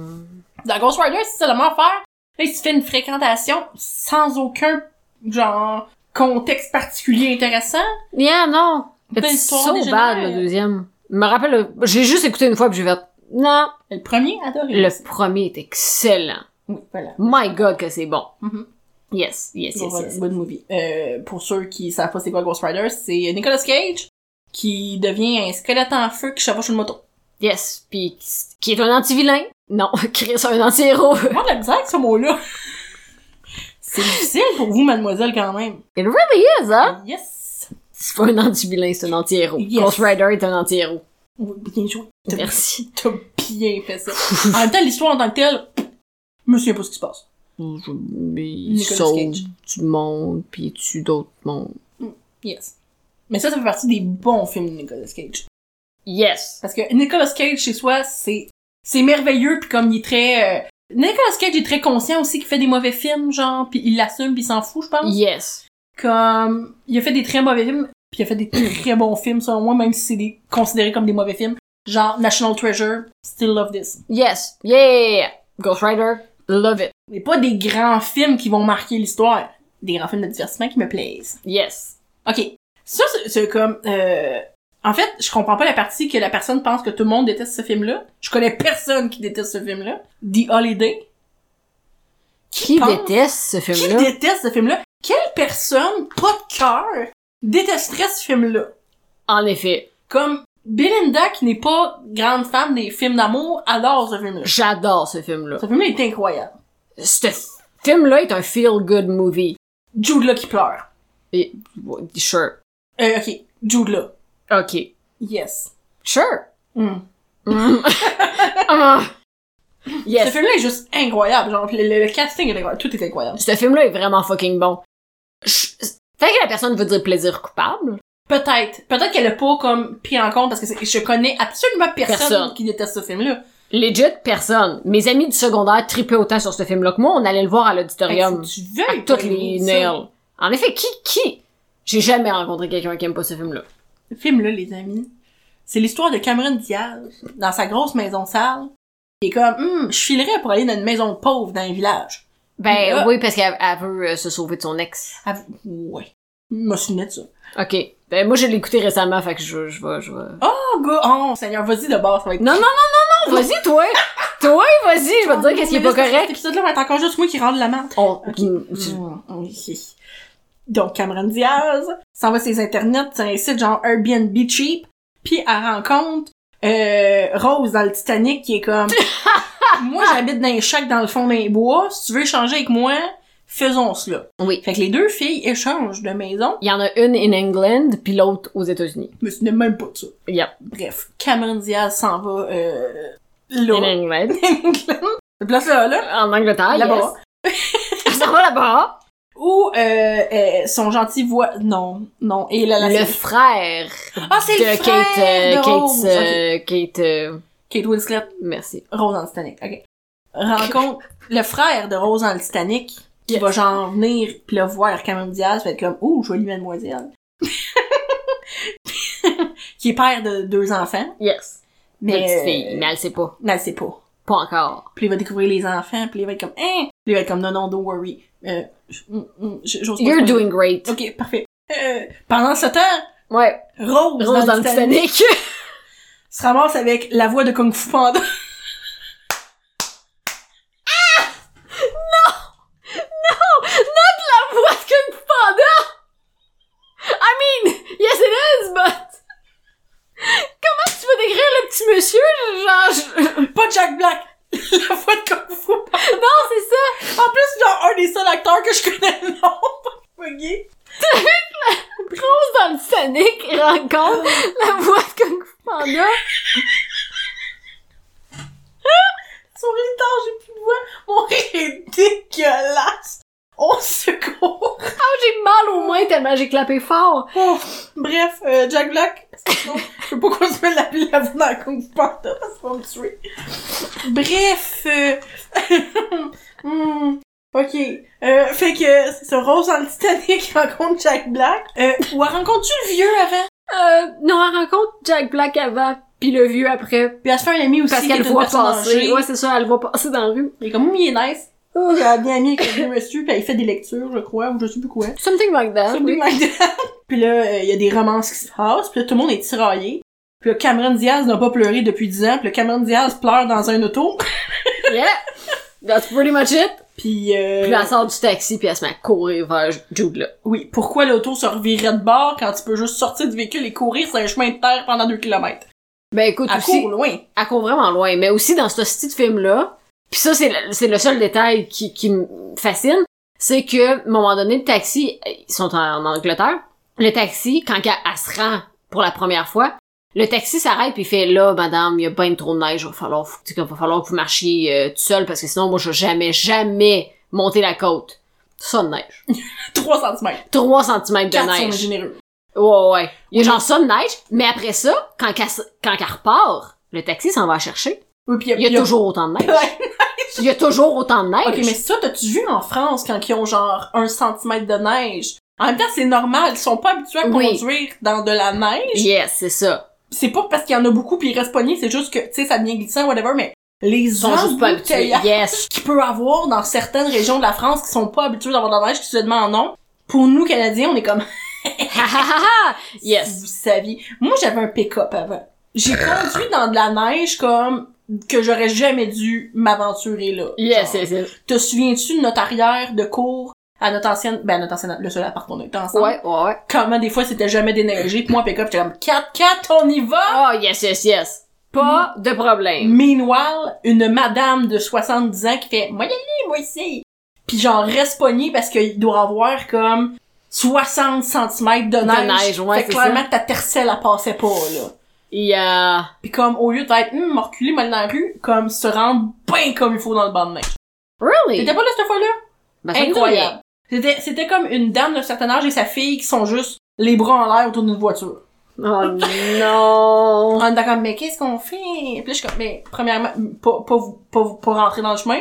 B: Dans Ghost Rider, c'est seulement faire. Là, il se fait une fréquentation sans aucun, genre, contexte particulier intéressant.
A: Yeah, non.
B: Ben,
A: C'est
B: histoire
A: so
B: dégénère.
A: bad, le deuxième. Je me rappelle, le- j'ai juste écouté une fois puis j'ai fait, non.
B: Mais Le premier, adoré.
A: Le premier est excellent.
B: Oui, voilà.
A: My God, que c'est bon.
B: Mhm.
A: Yes, yes, yes,
B: Voilà,
A: yes.
B: Good movie. Euh, pour ceux qui savent pas c'est quoi Ghost Rider, c'est Nicolas Cage qui devient un squelette en feu qui chevauche une moto.
A: Yes, pis qui- qui est un anti-vilain. Non, Chris, un anti-héros.
B: Comment de la misère avec ce mot-là? C'est difficile pour vous, mademoiselle, quand même.
A: It really is, hein?
B: Yes!
A: C'est pas un anti-vilain, c'est un anti-héros.
B: Yes.
A: Ghost Rider est un anti-héros.
B: Oui, Bien joué. T'as-
A: Merci.
B: T'as bien fait ça. En même temps, l'histoire en tant que telle, je me souviens pas ce qui se passe.
A: Il
B: Nicolas
A: sauve
B: Cage.
A: du monde, puis il tue d'autres mondes.
B: Yes. Mais ça, ça fait partie des bons films de Nicolas Cage.
A: Yes.
B: Parce que Nicolas Cage, chez soi, c'est, c'est merveilleux, puis comme il est très... euh, Nicolas Cage est très conscient aussi qu'il fait des mauvais films, genre, puis il l'assume, puis il s'en fout, je pense.
A: Yes.
B: comme il a fait des très mauvais films puis il a fait des très bons films selon moi même si c'est des- considéré comme des mauvais films genre National Treasure Still Love This
A: Yes. Yeah. Ghost Rider, love it.
B: mais pas des grands films qui vont marquer l'histoire des grands films de divertissement qui me plaisent
A: Yes.
B: ok ça c'est- c'est comme euh, en fait je comprends pas la partie que la personne pense que tout le monde déteste ce film là je connais personne qui déteste ce film là The Holiday
A: Qui
B: pense-
A: déteste ce
B: qui
A: film-là?
B: déteste ce film là quelle personne pas de cœur détesterait ce film là
A: En effet.
B: Comme Belinda, qui n'est pas grande fan des films d'amour, adore ce film-là.
A: J'adore ce film-là.
B: Ce film-là est incroyable.
A: Ce film-là est un feel-good movie.
B: Jude Law qui pleure.
A: Et, sure.
B: Euh, ok. Jude Law.
A: Ok.
B: Yes.
A: Sure.
B: Mm.
A: Mm. Ah.
B: Ce
A: yes.
B: film-là est juste incroyable, genre, puis le, le- le casting est incroyable, tout est incroyable.
A: Ce film-là est vraiment fucking bon. Je- Fait que la personne veut dire plaisir coupable.
B: Peut-être. Peut-être qu'elle a pas comme pris en compte parce que c'est- je connais absolument personne,
A: Personne.
B: qui déteste ce film-là.
A: Legit, personne. Mes amis du secondaire tripaient autant sur ce film-là que moi. On allait le voir à
B: Fait que
A: l'auditorium.
B: si tu veux,
A: À
B: il
A: toutes
B: peut aimer
A: les
B: ça.
A: nails. En effet, qui, qui? J'ai jamais rencontré quelqu'un qui aime pas ce film-là.
B: Ce film-là, les amis, c'est l'histoire de Cameron Diaz dans sa grosse maison sale. Et comme, hum, je filerais pour aller dans une maison pauvre dans un village.
A: Ben
B: Là.
A: oui, parce qu'elle elle veut euh, se sauver de son ex.
B: Ah, ouais. Je me souvenais de ça.
A: Ok. Ben moi, je l'ai écouté récemment, fait que je, je vais... Je vais...
B: Oh, gars, oh, Seigneur, vas-y de base, ça va être.
A: Non, non, non, non, non! Oh, Vas-y, toi! toi, vas-y! Je vais te dire qu'est-ce qui est
B: Mais
A: pas
B: là, c'est parce que Cet
A: correct.
B: épisode-là va être encore juste moi qui rends de la merde.
A: On...
B: Ok.
A: tu-
B: Mm, ok. Donc, Cameron Diaz s'en va sur les internets, sur un site genre Airbnb cheap, puis elle rencontre euh, Rose dans le Titanic qui est comme « Moi, j'habite dans un shack dans le fond d'un bois, si tu veux échanger avec moi, faisons cela.
A: Oui. »
B: Fait que les deux filles échangent de maison,
A: Il y en a une in England, puis l'autre aux États-Unis.
B: mais ce n'est même pas de ça.
A: Yep.
B: Bref, Cameron Diaz s'en va euh,
A: In
B: là.
A: England.
B: Place là, là,
A: En Angleterre,
B: là-bas.
A: yes. Elle s'en va là-bas.
B: Ou euh, euh, son gentil voix... Non, non. Et là, là,
A: Le
B: c'est-
A: frère
B: Ah, c'est
A: de
B: le
A: Kate...
B: frère
A: euh,
B: de Rose.
A: Kate... euh, Kate... euh,
B: Kate Winslet,
A: Merci.
B: Rose dans le Titanic, ok. Rencontre le frère de Rose dans le Titanic, qui va genre venir pis le voir Cameron Diaz, va être comme « Ouh, jolie mademoiselle! » Qui est père de deux enfants,
A: Yes.
B: mais... euh,
A: Petite fille, mais elle sait pas.
B: Non, elle sait pas.
A: Pas encore.
B: Puis il va découvrir les enfants, puis il va être comme « Hein! » Puis il va être comme « Non, non, don't worry. Euh, j- mm, mm, j- j'ose pas-
A: You're doing great.
B: Ok, parfait. Euh, pendant ce temps,
A: Ouais.
B: Rose,
A: Rose dans le Titanic.
B: se ramasse avec la voix de Kung Fu Panda.
A: la voix de Kung Fu Panda! I mean, yes it is, but... Comment tu veux décrire le petit monsieur? Genre, je-
B: pas Jack Black! la voix de Kung Fu Panda.
A: Non, c'est ça!
B: En plus, genre, un des seuls acteurs que je connais le nom. Buggy.
A: Rose dans le Sonic rencontre la voix de Kung Fu Panda.
B: Son rire est tard, j'ai plus de voix. Mon rire est dégueulasse. On secours.
A: Oh, j'ai mal au moins tellement j'ai clapé fort.
B: Oh. Bref, euh, Jack Black. Non, je veux pas qu'on se mette l'appeler la voix dans Kung Fu Panda parce qu'on me tuer. Bref. euh, hmm, Ok. Euh, fait que c'est Rose dans le Titanic rencontre Jack Black. Euh, ou elle rencontre-tu le vieux avant?
A: Euh, non, elle rencontre Jack Black avant, puis le vieux après.
B: Puis elle se fait un ami aussi
A: Parce
B: qui est
A: qu'elle
B: une
A: voit
B: personne
A: passer.
B: âgée.
A: Ouais, c'est ça, elle voit passer dans la rue.
B: Il est comme, Ouh, il est nice. Oh, j'ai un bien ami avec le monsieur, pis il fait des lectures, je crois, ou je sais plus quoi.
A: Something like that.
B: Something like that. Puis là, euh, il y a des romances qui se passent, puis là, tout le monde est tiraillé. Puis là, Cameron Diaz n'a pas pleuré depuis 10 ans, puis là, Cameron Diaz pleure dans un auto.
A: Yeah! That's pretty much it.
B: Puis, euh,
A: Puis là, elle sort du taxi, puis elle se met à courir vers Jude, là.
B: oui, pourquoi l'auto se revirait de bord quand tu peux juste sortir du véhicule et courir sur un chemin de terre pendant 2 km?
A: Ben écoute,
B: À
A: aussi,
B: court loin.
A: elle court vraiment loin, mais aussi dans ce style de film-là, puis ça, c'est le, c'est le seul détail qui, qui me fascine, c'est que, à un moment donné, le taxi, ils sont en, en Angleterre, le taxi, quand elle, elle se rend pour la première fois, le taxi s'arrête puis il fait là madame il y a bien trop de neige va falloir faut- tu sais, va falloir que vous marchiez euh, tout seul parce que sinon moi je vais jamais jamais monter la côte ça de neige
B: 3 cm.
A: 3 cm de
B: 4
A: neige
B: généreux.
A: Ouais, ouais, ouais. Il y a genre ça de neige, mais après ça, quand qu'elle, s- quand qu'elle repart, le taxi s'en va la chercher.
B: Oui, puis
A: Il y a toujours autant de neige.
B: Ouais.
A: Il y a toujours autant de neige.
B: Ok, mais ça, t'as-tu vu en France quand ils ont genre un centimètre de neige? En même temps, c'est normal, ils sont pas habitués à
A: Oui.
B: conduire dans de la neige.
A: Yes, c'est ça.
B: C'est pas parce qu'il y en a beaucoup puis ils restent pognés, c'est juste que, tu sais, ça devient glissant, whatever, mais
A: Ils
B: les
A: sont juste pas habitués.
B: embouteillages
A: Yes.
B: qu'il peut avoir dans certaines régions de la France qui sont pas habitués d'avoir de la neige, qui se demandent non. Pour nous, Canadiens, on est comme,
A: Ha, ha, ha, ha.
B: si
A: yes.
B: vous saviez. Moi, j'avais un pick-up avant. J'ai conduit dans de la neige comme que j'aurais jamais dû m'aventurer là.
A: Yes,
B: Genre,
A: yes, yes.
B: Te souviens-tu de notre arrière de cours à notre ancienne, ben notre ancienne, le seul appart qu'on a été ensemble?
A: Ouais, ouais, ouais.
B: Comment des fois c'était jamais déneigé, puis moi en pick-up j'étais comme 4 4 on y va!
A: Oh, yes, yes, yes. Pas de problème.
B: Meanwhile, une madame de 70 ans qui fait « Moi y aller, moi ici! » Puis genre reste pognée parce qu'il doit avoir comme 60 cm de neige.
A: neige, ouais,
B: fait
A: c'est
B: clairement que ta tercelle elle passait pas, là.
A: Il y a...
B: Puis comme, au lieu d'être, hum, me reculer, mal dans la rue, comme, se rendre bien comme il faut dans le banc de neige.
A: Really?
B: T'étais pas là cette fois-là?
A: Ben, ça me dit rien.
B: Incroyable. C'était, c'était comme une dame d'un certain âge et sa fille qui sont juste les bras en l'air autour d'une voiture.
A: Oh non!
B: On était comme, mais qu'est-ce qu'on fait? Puis là, je suis comme, mais premièrement, pas, pas, vous- pas, vous- pas rentrer dans le chemin.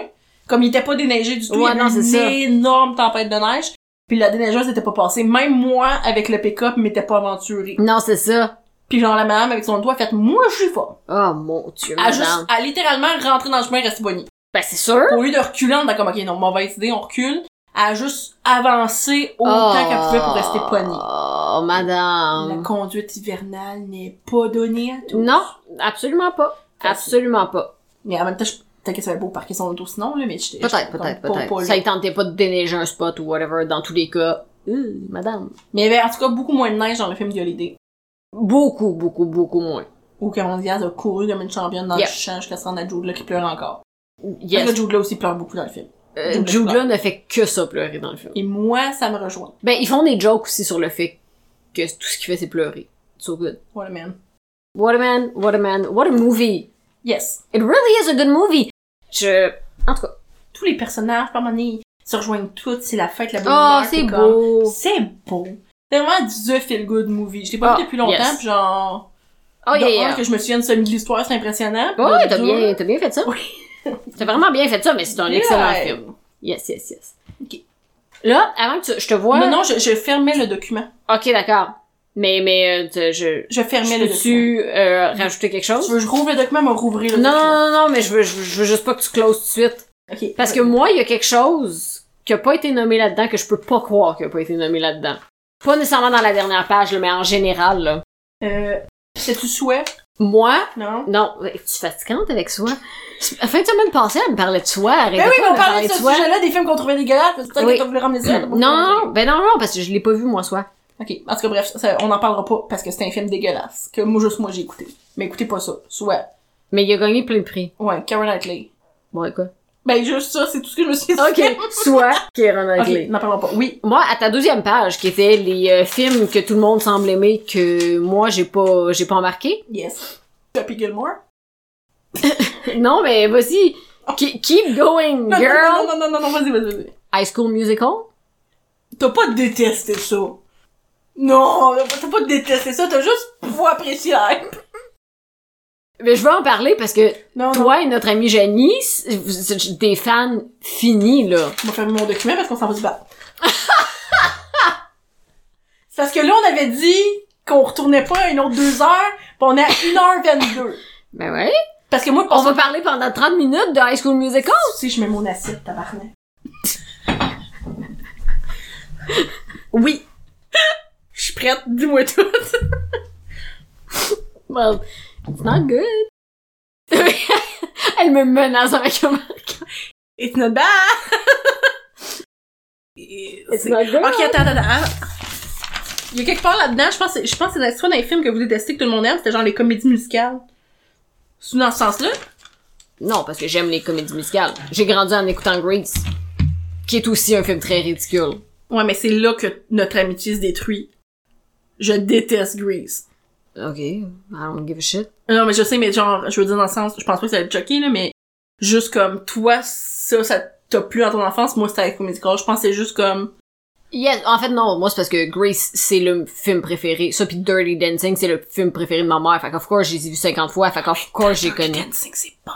B: Comme il était pas déneigé du tout,
A: Ouais,
B: il y
A: non, c'est
B: avait une
A: ça.
B: énorme tempête de neige. Puis la déneigeuse n'était pas passée. Même moi, avec le pick-up, m'étais pas aventurée.
A: Non, c'est ça.
B: Puis genre, la madame, avec son doigt, a fait, moi, je suis pas.
A: Oh mon dieu,
B: Elle a juste,
A: madame.
B: elle a littéralement rentré dans le chemin et resté poignée.
A: Ben, c'est sûr.
B: Au lieu de reculer, on était comme, ok, non, mauvaise idée, on recule. Elle a juste avancé autant qu'elle pouvait pour rester poignée.
A: Oh,
B: La
A: madame.
B: conduite hivernale n'est pas donnée à tous.
A: Non, absolument pas.
B: Facile.
A: Absolument pas.
B: Mais en même temps, je... peut-être que ça va beau parquer son auto sinon, là, mais j'étais.
A: Peut-être,
B: j'étais
A: peut-être,
B: comme pas- pas
A: peut-être.
B: là.
A: Ça, il tentait pas de déneiger un spot ou whatever, dans tous les cas. Euh, madame.
B: Mais il y avait en tout cas beaucoup moins de neige dans le film de Holiday.
A: Beaucoup, beaucoup, beaucoup moins.
B: Où Cameron Diaz a couru comme une championne dans
A: Yeah.
B: le champ jusqu'à se rendre à Jude Law qui pleure encore. Parce
A: Yes.
B: que Jude Law aussi pleure beaucoup dans le film.
A: Euh,
B: Jude
A: Jude
B: Law.
A: Law ne fait que ça pleurer dans le film.
B: Et moi, ça me rejoint.
A: Ben, ils font des jokes aussi sur le fait que tout ce qu'il fait, c'est pleurer. So good.
B: What a man.
A: What a man, what a man, what a movie.
B: Yes.
A: It really is a good movie. Je... En tout cas.
B: Tous les personnages, par moment donné, se rejoignent toutes, c'est la fête, la bonne
A: Oh,
B: humeur,
A: c'est
B: t'es comme,
A: beau.
B: C'est beau. C'est vraiment du feel good movie. Je l'ai pas
A: Ah,
B: vu depuis longtemps,
A: yes.
B: pis genre.
A: Oh
B: de
A: yeah,
B: un,
A: yeah.
B: que je me souvienne de semi de l'histoire, c'est impressionnant. pis
A: Ouais,
B: de
A: t'as
B: deux,
A: bien, t'as bien fait ça.
B: Oui.
A: t'as vraiment bien fait ça, mais c'est un
B: Yeah.
A: excellent film. Yes, yes, yes.
B: Ok.
A: Là, avant que tu, je te vois.
B: Non, non, je, je fermais le document.
A: Ok, d'accord. Mais, mais, euh, tu- je.
B: Je
A: je
B: fermais le document.
A: Peux-tu euh, rajouter quelque chose?
B: Tu veux que je rouvre le document, mais
A: Non,
B: rouvrir le
A: non,
B: document.
A: non, non, mais je veux, je veux- je veux juste pas que tu closes tout de suite.
B: Ok.
A: Parce que moi, il y a quelque chose qui a pas été nommé là-dedans que je peux pas croire qu'il a pas été nommé là-dedans. Pas nécessairement dans la dernière page, là, mais en général, là.
B: Euh, c'est tu souhait?
A: Moi,
B: Non.
A: non, tu es fatigante avec soi. La fin de semaine passée, elle me parlait de soi. arrêtez
B: Ben oui,
A: pas
B: mais
A: de
B: on
A: me
B: parlait
A: parler
B: de ce
A: soi.
B: sujet-là, des films qu'on trouvait dégueulasses, parce que peut-être
A: Oui.
B: que t'as voulu ramener ça.
A: Non, non, ben non, non, parce que je l'ai pas vu, moi, soi.
B: Ok. En tout cas, bref, ça, on n'en parlera pas, parce que c'est un film dégueulasse, que moi, juste moi, j'ai écouté. Mais écoutez pas ça. Souhait.
A: Mais il a gagné plein de prix.
B: Ouais, Karen Knightley.
A: Bon, quoi.
B: Ben, juste ça, c'est tout ce que je me suis dit.
A: Ok, soit Kieran
B: Ok,
A: Knightley.
B: n'en parlons pas. Oui.
A: Moi, à ta deuxième page, qui était les euh, films que tout le monde semble aimer, que moi, j'ai pas, j'ai pas embarqué.
B: Yes. Happy Gilmore?
A: Non, mais vas-y. Ke- Keep going,
B: Non, non,
A: girl.
B: non, non, non, non, vas-y, vas-y, vas-y.
A: High School Musical?
B: T'as pas détesté ça. Non, t'as pas détesté ça, t'as juste pouvoir apprécier l'air.
A: Mais je veux en parler parce que
B: Non, non.
A: toi et notre amie Janice, vous êtes des fans finis, là.
B: On va fermer mon document parce qu'on s'en va se battre. C'est parce que là, on avait dit qu'on retournait pas à une autre deux heures, pis on est à 1h22.
A: Ben ouais.
B: Parce que moi,
A: On
B: parce
A: va parler pendant 30 minutes de High School Musical?
B: que si je mets mon assiette, tabarnak.
A: Oui.
B: Je suis prête, dis-moi tout.
A: Well, it's not good. Elle me menace avec un...
B: It's not bad!
A: It's not good.
B: Ok, attends, attends, attends. Il y a quelque part là-dedans, je pense, je pense que c'est dans- soit dans les films que vous détestez que tout le monde aime, c'était genre les comédies musicales. C'est dans ce sens-là?
A: Non, parce que j'aime les comédies musicales. J'ai grandi en écoutant Grease, qui est aussi un film très ridicule.
B: Ouais, mais c'est là que notre amitié se détruit. Je déteste Grease. Euh,
A: Ok, I don't give a shit.
B: Non, mais je sais, mais genre, je veux dire dans le sens, je pense pas que ça va être choqué, là, mais juste comme, toi, ça, ça t'a plu dans ton enfance, moi, c'était avec Comedy Call. Je pense que c'est juste comme,
A: Yes, en fait, non, moi, c'est parce que Grease, c'est le film préféré. Ça, puis Dirty Dancing, c'est le film préféré de ma mère. Fait qu'of course, j'ai vu 50 fois. Fait qu'of course, j'ai
B: Dirty
A: connu.
B: Ah, Dancing, c'est bon.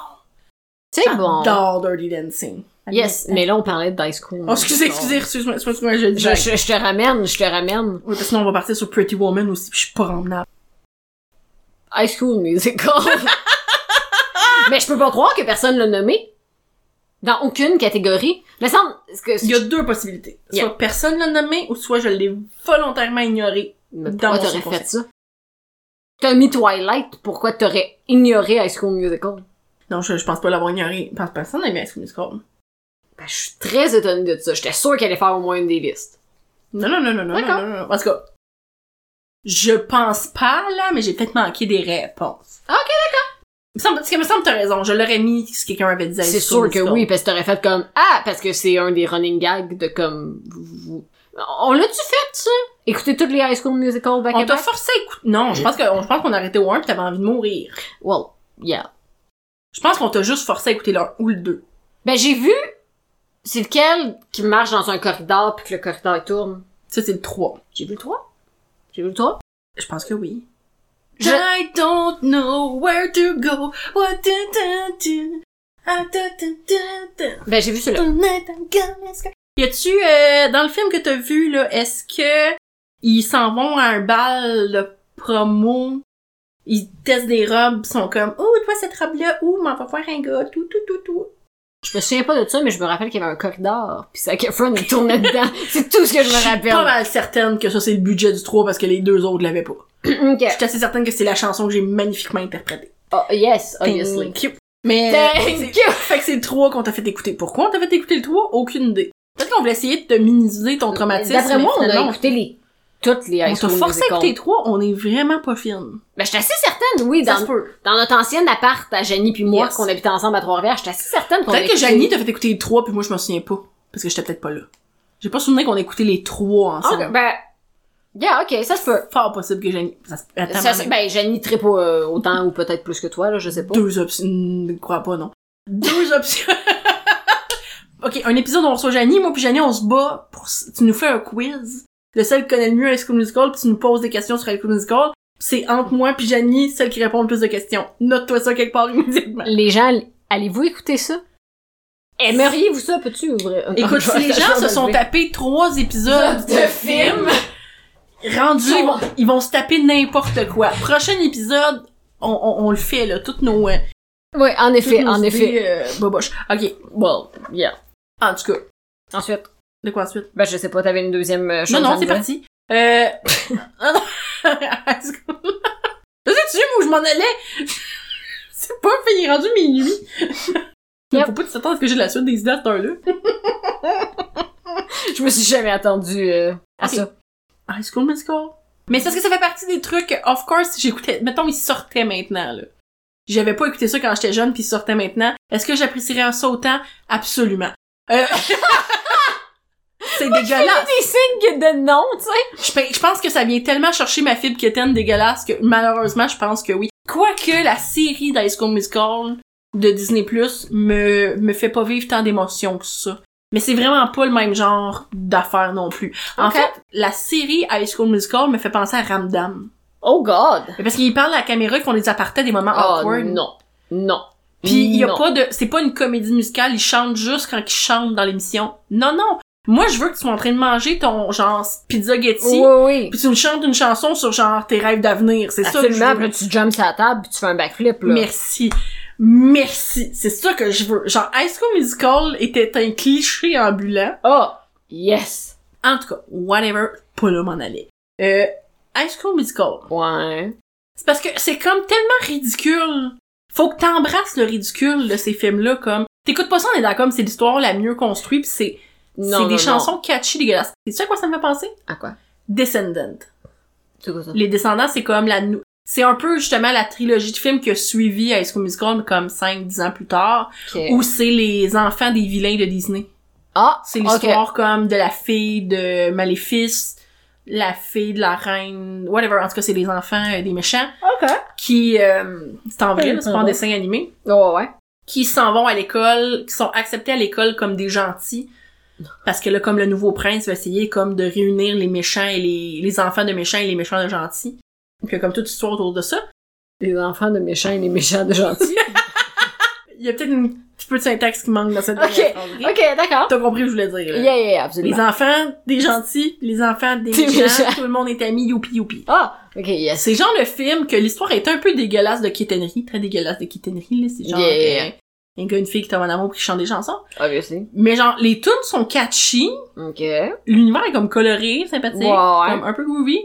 A: C'est bon.
B: J'adore Dirty Dancing.
A: Yes, mais là, on parlait de Dice Cream.
B: Oh, excusez, excusez, excusez-moi, excusez-moi, je dis.
A: Je, je, je te ramène, je te ramène.
B: Oui, parce que sinon, on va partir sur Pretty Woman aussi, puis je suis pas ramenable.
A: High School Musical. Mais je peux pas croire que personne l'a nommé. Dans aucune catégorie. Mais semble que...
B: Il y a deux possibilités. Soit
A: Yeah.
B: personne l'a nommé, ou soit je l'ai volontairement ignoré.
A: Mais pourquoi
B: Dans mon
A: t'aurais
B: subconscient.
A: fait ça? T'as mis Twilight, pourquoi t'aurais ignoré High School Musical?
B: Non, je, je pense pas l'avoir ignoré. Je pense que personne n'a aimé High School Musical.
A: Ben, je suis très étonnée de ça. J'étais sûre qu'elle allait faire au moins une des listes.
B: Non, non, non, non, non,
A: D'accord.
B: non, non, non. En tout cas, je pense pas, là, mais j'ai peut-être manqué des réponses.
A: Ah, Ok,
B: d'accord. Me semble, ce qui me semble, t'as raison. Je l'aurais mis si quelqu'un avait dit High
A: C'est sûr
B: School
A: que
B: Musical.
A: oui, parce que t'aurais fait comme Ah! Parce que c'est un des running gags de comme. vous- vous- On l'a-tu fait, ça? Écouter toutes les High School Musical back
B: On
A: à
B: t'a
A: back?
B: forcé à écouter. Non, je pense que- je pense qu'on a arrêté au 1 pis t'avais envie de mourir.
A: Well, yeah.
B: Je pense qu'on t'a juste forcé à écouter le 1 ou le 2.
A: Ben, j'ai vu, c'est lequel qui marche dans un corridor puis que le corridor il tourne.
B: Ça, c'est le 3.
A: J'ai vu le 3? J'ai vu le 3?
B: Je pense que oui.
A: Je-
B: I don't know where to go. What to do, do. I do, do, do, do.
A: Ben, j'ai vu celui-là.
B: Tonight I'm gonna sky. Y a-tu, euh, dans le film que t'as vu, là, est-ce que ils s'en vont à un bal de promo, ils testent des robes, ils sont comme, oh, toi, cette robe-là, ouh, m'en va voir un gars, tout, tout, tout, tout.
A: Je me souviens pas de ça, mais je me rappelle qu'il y avait un corridor puis Zac Efron il tournait dedans. c'est tout ce que je me
B: suis pas
A: rappelle.
B: mal certaine que ça, c'est le budget du 3 parce que les deux autres l'avaient pas.
A: Ok.
B: Je suis assez certaine que c'est la chanson que j'ai magnifiquement interprétée.
A: Oh, yes, obviously.
B: Thank you. Mais, c'est-
A: Thank you!
B: fait que c'est le 3 qu'on t'a fait écouter. Pourquoi on t'a fait écouter le 3? Aucune idée. Peut-être qu'on voulait essayer de te minimiser ton traumatisme.
A: D'après moi,
B: mais
A: on
B: finalement,
A: a écouté les, toutes les
B: On
A: High
B: t'a
A: School
B: forcé à
A: Musical.
B: écouter trois, on est vraiment pas fine.
A: Ben, j'étais assez certaine, oui, dans,
B: Ça se peut.
A: dans notre ancien appart à Jenny puis moi,
B: Yes.
A: qu'on habitait ensemble à Trois-Rivières, j'étais assez certaine qu'on
B: Peut-être
A: a
B: que
A: écouté-
B: Janie t'a fait écouter les trois, puis moi je m'en souviens pas. Parce que j'étais peut-être pas là. J'ai pas souvenir qu'on écoutait les trois
A: Ah,
B: ensemble.
A: ben, yeah, ok, ça se peut.
B: Fort possible que Janie. Ça se- Attends,
A: Ça,
B: maman.
A: se- ben, Jenny très pas euh, autant ou peut-être plus que toi, là, je sais pas.
B: Deux options. Je crois pas, non. Deux options. ok, un épisode, on reçoit Janie. Moi puis Janie, on se bat pour... s- Tu nous fais un quiz. Le seul qui connaît le mieux High School Musical, puis tu nous poses des questions sur High School Musical. Puis C'est entre moi puis Janie, celle qui répond le plus de questions. Note-toi ça quelque part immédiatement.
A: Les gens, allez-vous écouter ça? Aimeriez-vous ça? Peux-tu ouvrir?
B: Écoute, si les gens se sont tapés trois épisodes
A: De film.
B: rendus,
A: Sont-
B: ils vont, ils vont se taper n'importe quoi. Prochain épisode, on, on, on le fait, là, toutes nos... euh,
A: Oui, en
B: toutes
A: effet,
B: nos
A: en effet.
B: idées, euh, boboches. OK,
A: Well, yeah.
B: en tout cas,
A: Ensuite,
B: de quoi ensuite?
A: ben, je sais pas, t'avais une deuxième euh, chose
B: Non,
A: à
B: non,
A: me
B: c'est
A: dire?
B: parti. Euh... Ah, non. Est-ce que- Je sais-tu moi, où je m'en allais? c'est pas fait, il est rendu minuit.
A: Yep.
B: Faut pas que tu t'attendes à ce que j'ai la suite des idées à cette heure-là.
A: Je me suis jamais attendue euh, à
B: Ok.
A: ça.
B: High School Musical. Mais c'est parce que ça fait partie des trucs, que, of course, j'écoutais, mettons, ils sortaient maintenant, là. J'avais pas écouté ça quand j'étais jeune, puis ils sortaient maintenant. Est-ce que j'apprécierais ça autant? Absolument. Euh... c'est dégueulasse.
A: Des signes de non, tu sais.
B: Je, pe- je pense que ça vient tellement chercher ma fibre quétaine dégueulasse que, malheureusement, je pense que oui. Quoique la série d'High School Musical de Disney+, me, me fait pas vivre tant d'émotions que ça. Mais c'est vraiment pas le même genre d'affaires non plus. En
A: Ok.
B: fait, la série High School Musical me fait penser à Ramdam.
A: Oh God.
B: Mais Parce qu'ils parlent à la caméra, qu'ils font des apartés des moments
A: Oh
B: awkward.
A: non. Non.
B: Puis il y a
A: Non.
B: pas de, c'est pas une comédie musicale, ils chantent juste quand ils chantent dans l'émission. Non non, moi je veux que tu sois en train de manger ton genre pizza Getty,
A: Oui, oui.
B: puis tu nous chantes une chanson sur genre tes rêves d'avenir, c'est ça que je
A: Absolument, puis
B: veux.
A: là, tu jumps à la table puis tu fais un backflip, là.
B: Merci. Merci, c'est ça que je veux. Genre High School Musical était un cliché ambulant.
A: Oh, yes.
B: En tout cas, whatever, pas là m'en aller. Euh, High School Musical.
A: Ouais.
B: C'est parce que c'est comme tellement ridicule. Faut que t'embrasses le ridicule de ces films-là, comme. T'écoutes pas ça, on est d'accord, c'est l'histoire la mieux construite, pis c'est,
A: Non,
B: c'est
A: non,
B: des
A: non.
B: chansons catchy, dégueulasses. C'est ça à quoi ça me fait penser?
A: À quoi?
B: Descendant.
A: C'est quoi ça?
B: Les Descendants, c'est comme la, nou- c'est un peu justement la trilogie de films qui a suivi High School Musical, mais comme 5-10 ans plus tard, où c'est les enfants des vilains de Disney.
A: Ah,
B: C'est
A: ok.
B: l'histoire comme de la fille de Maléfice, la fille de la reine, whatever. En tout cas, c'est les enfants euh, des méchants
A: Ok.
B: qui euh, c'est en vrai, là, c'est pas en
A: Mhm.
B: dessin animé,
A: Oh, ouais.
B: qui s'en vont à l'école, qui sont acceptés à l'école comme des gentils. Parce que là, comme le nouveau prince va essayer comme de réunir les méchants et les, les enfants de méchants et les méchants de gentils. Puis comme toute histoire autour de ça.
A: Les enfants de méchants et les méchants de gentils.
B: Il y a peut-être un petit peu de syntaxe qui manque dans cette
A: Ok,
B: dernière phrase.
A: ok, d'accord.
B: T'as compris, ce que je voulais dire. là.
A: Yeah, yeah, yeah,
B: Les
A: absolument.
B: enfants des gentils, les enfants des
A: Des
B: méchants,
A: méchants.
B: tout le monde est ami, youpi youpi.
A: Ah, ok, yes.
B: C'est genre le film que l'histoire est un peu dégueulasse de quétainerie, très dégueulasse de quétainerie, là. C'est genre
A: Yeah.
B: euh, un gars, une fille qui tombe en amour puis qui chante des chansons.
A: Obviously.
B: Mais genre, les tunes sont catchy,
A: Ok.
B: l'univers est comme coloré, sympathique,
A: Ouais, ouais.
B: comme un peu groovy.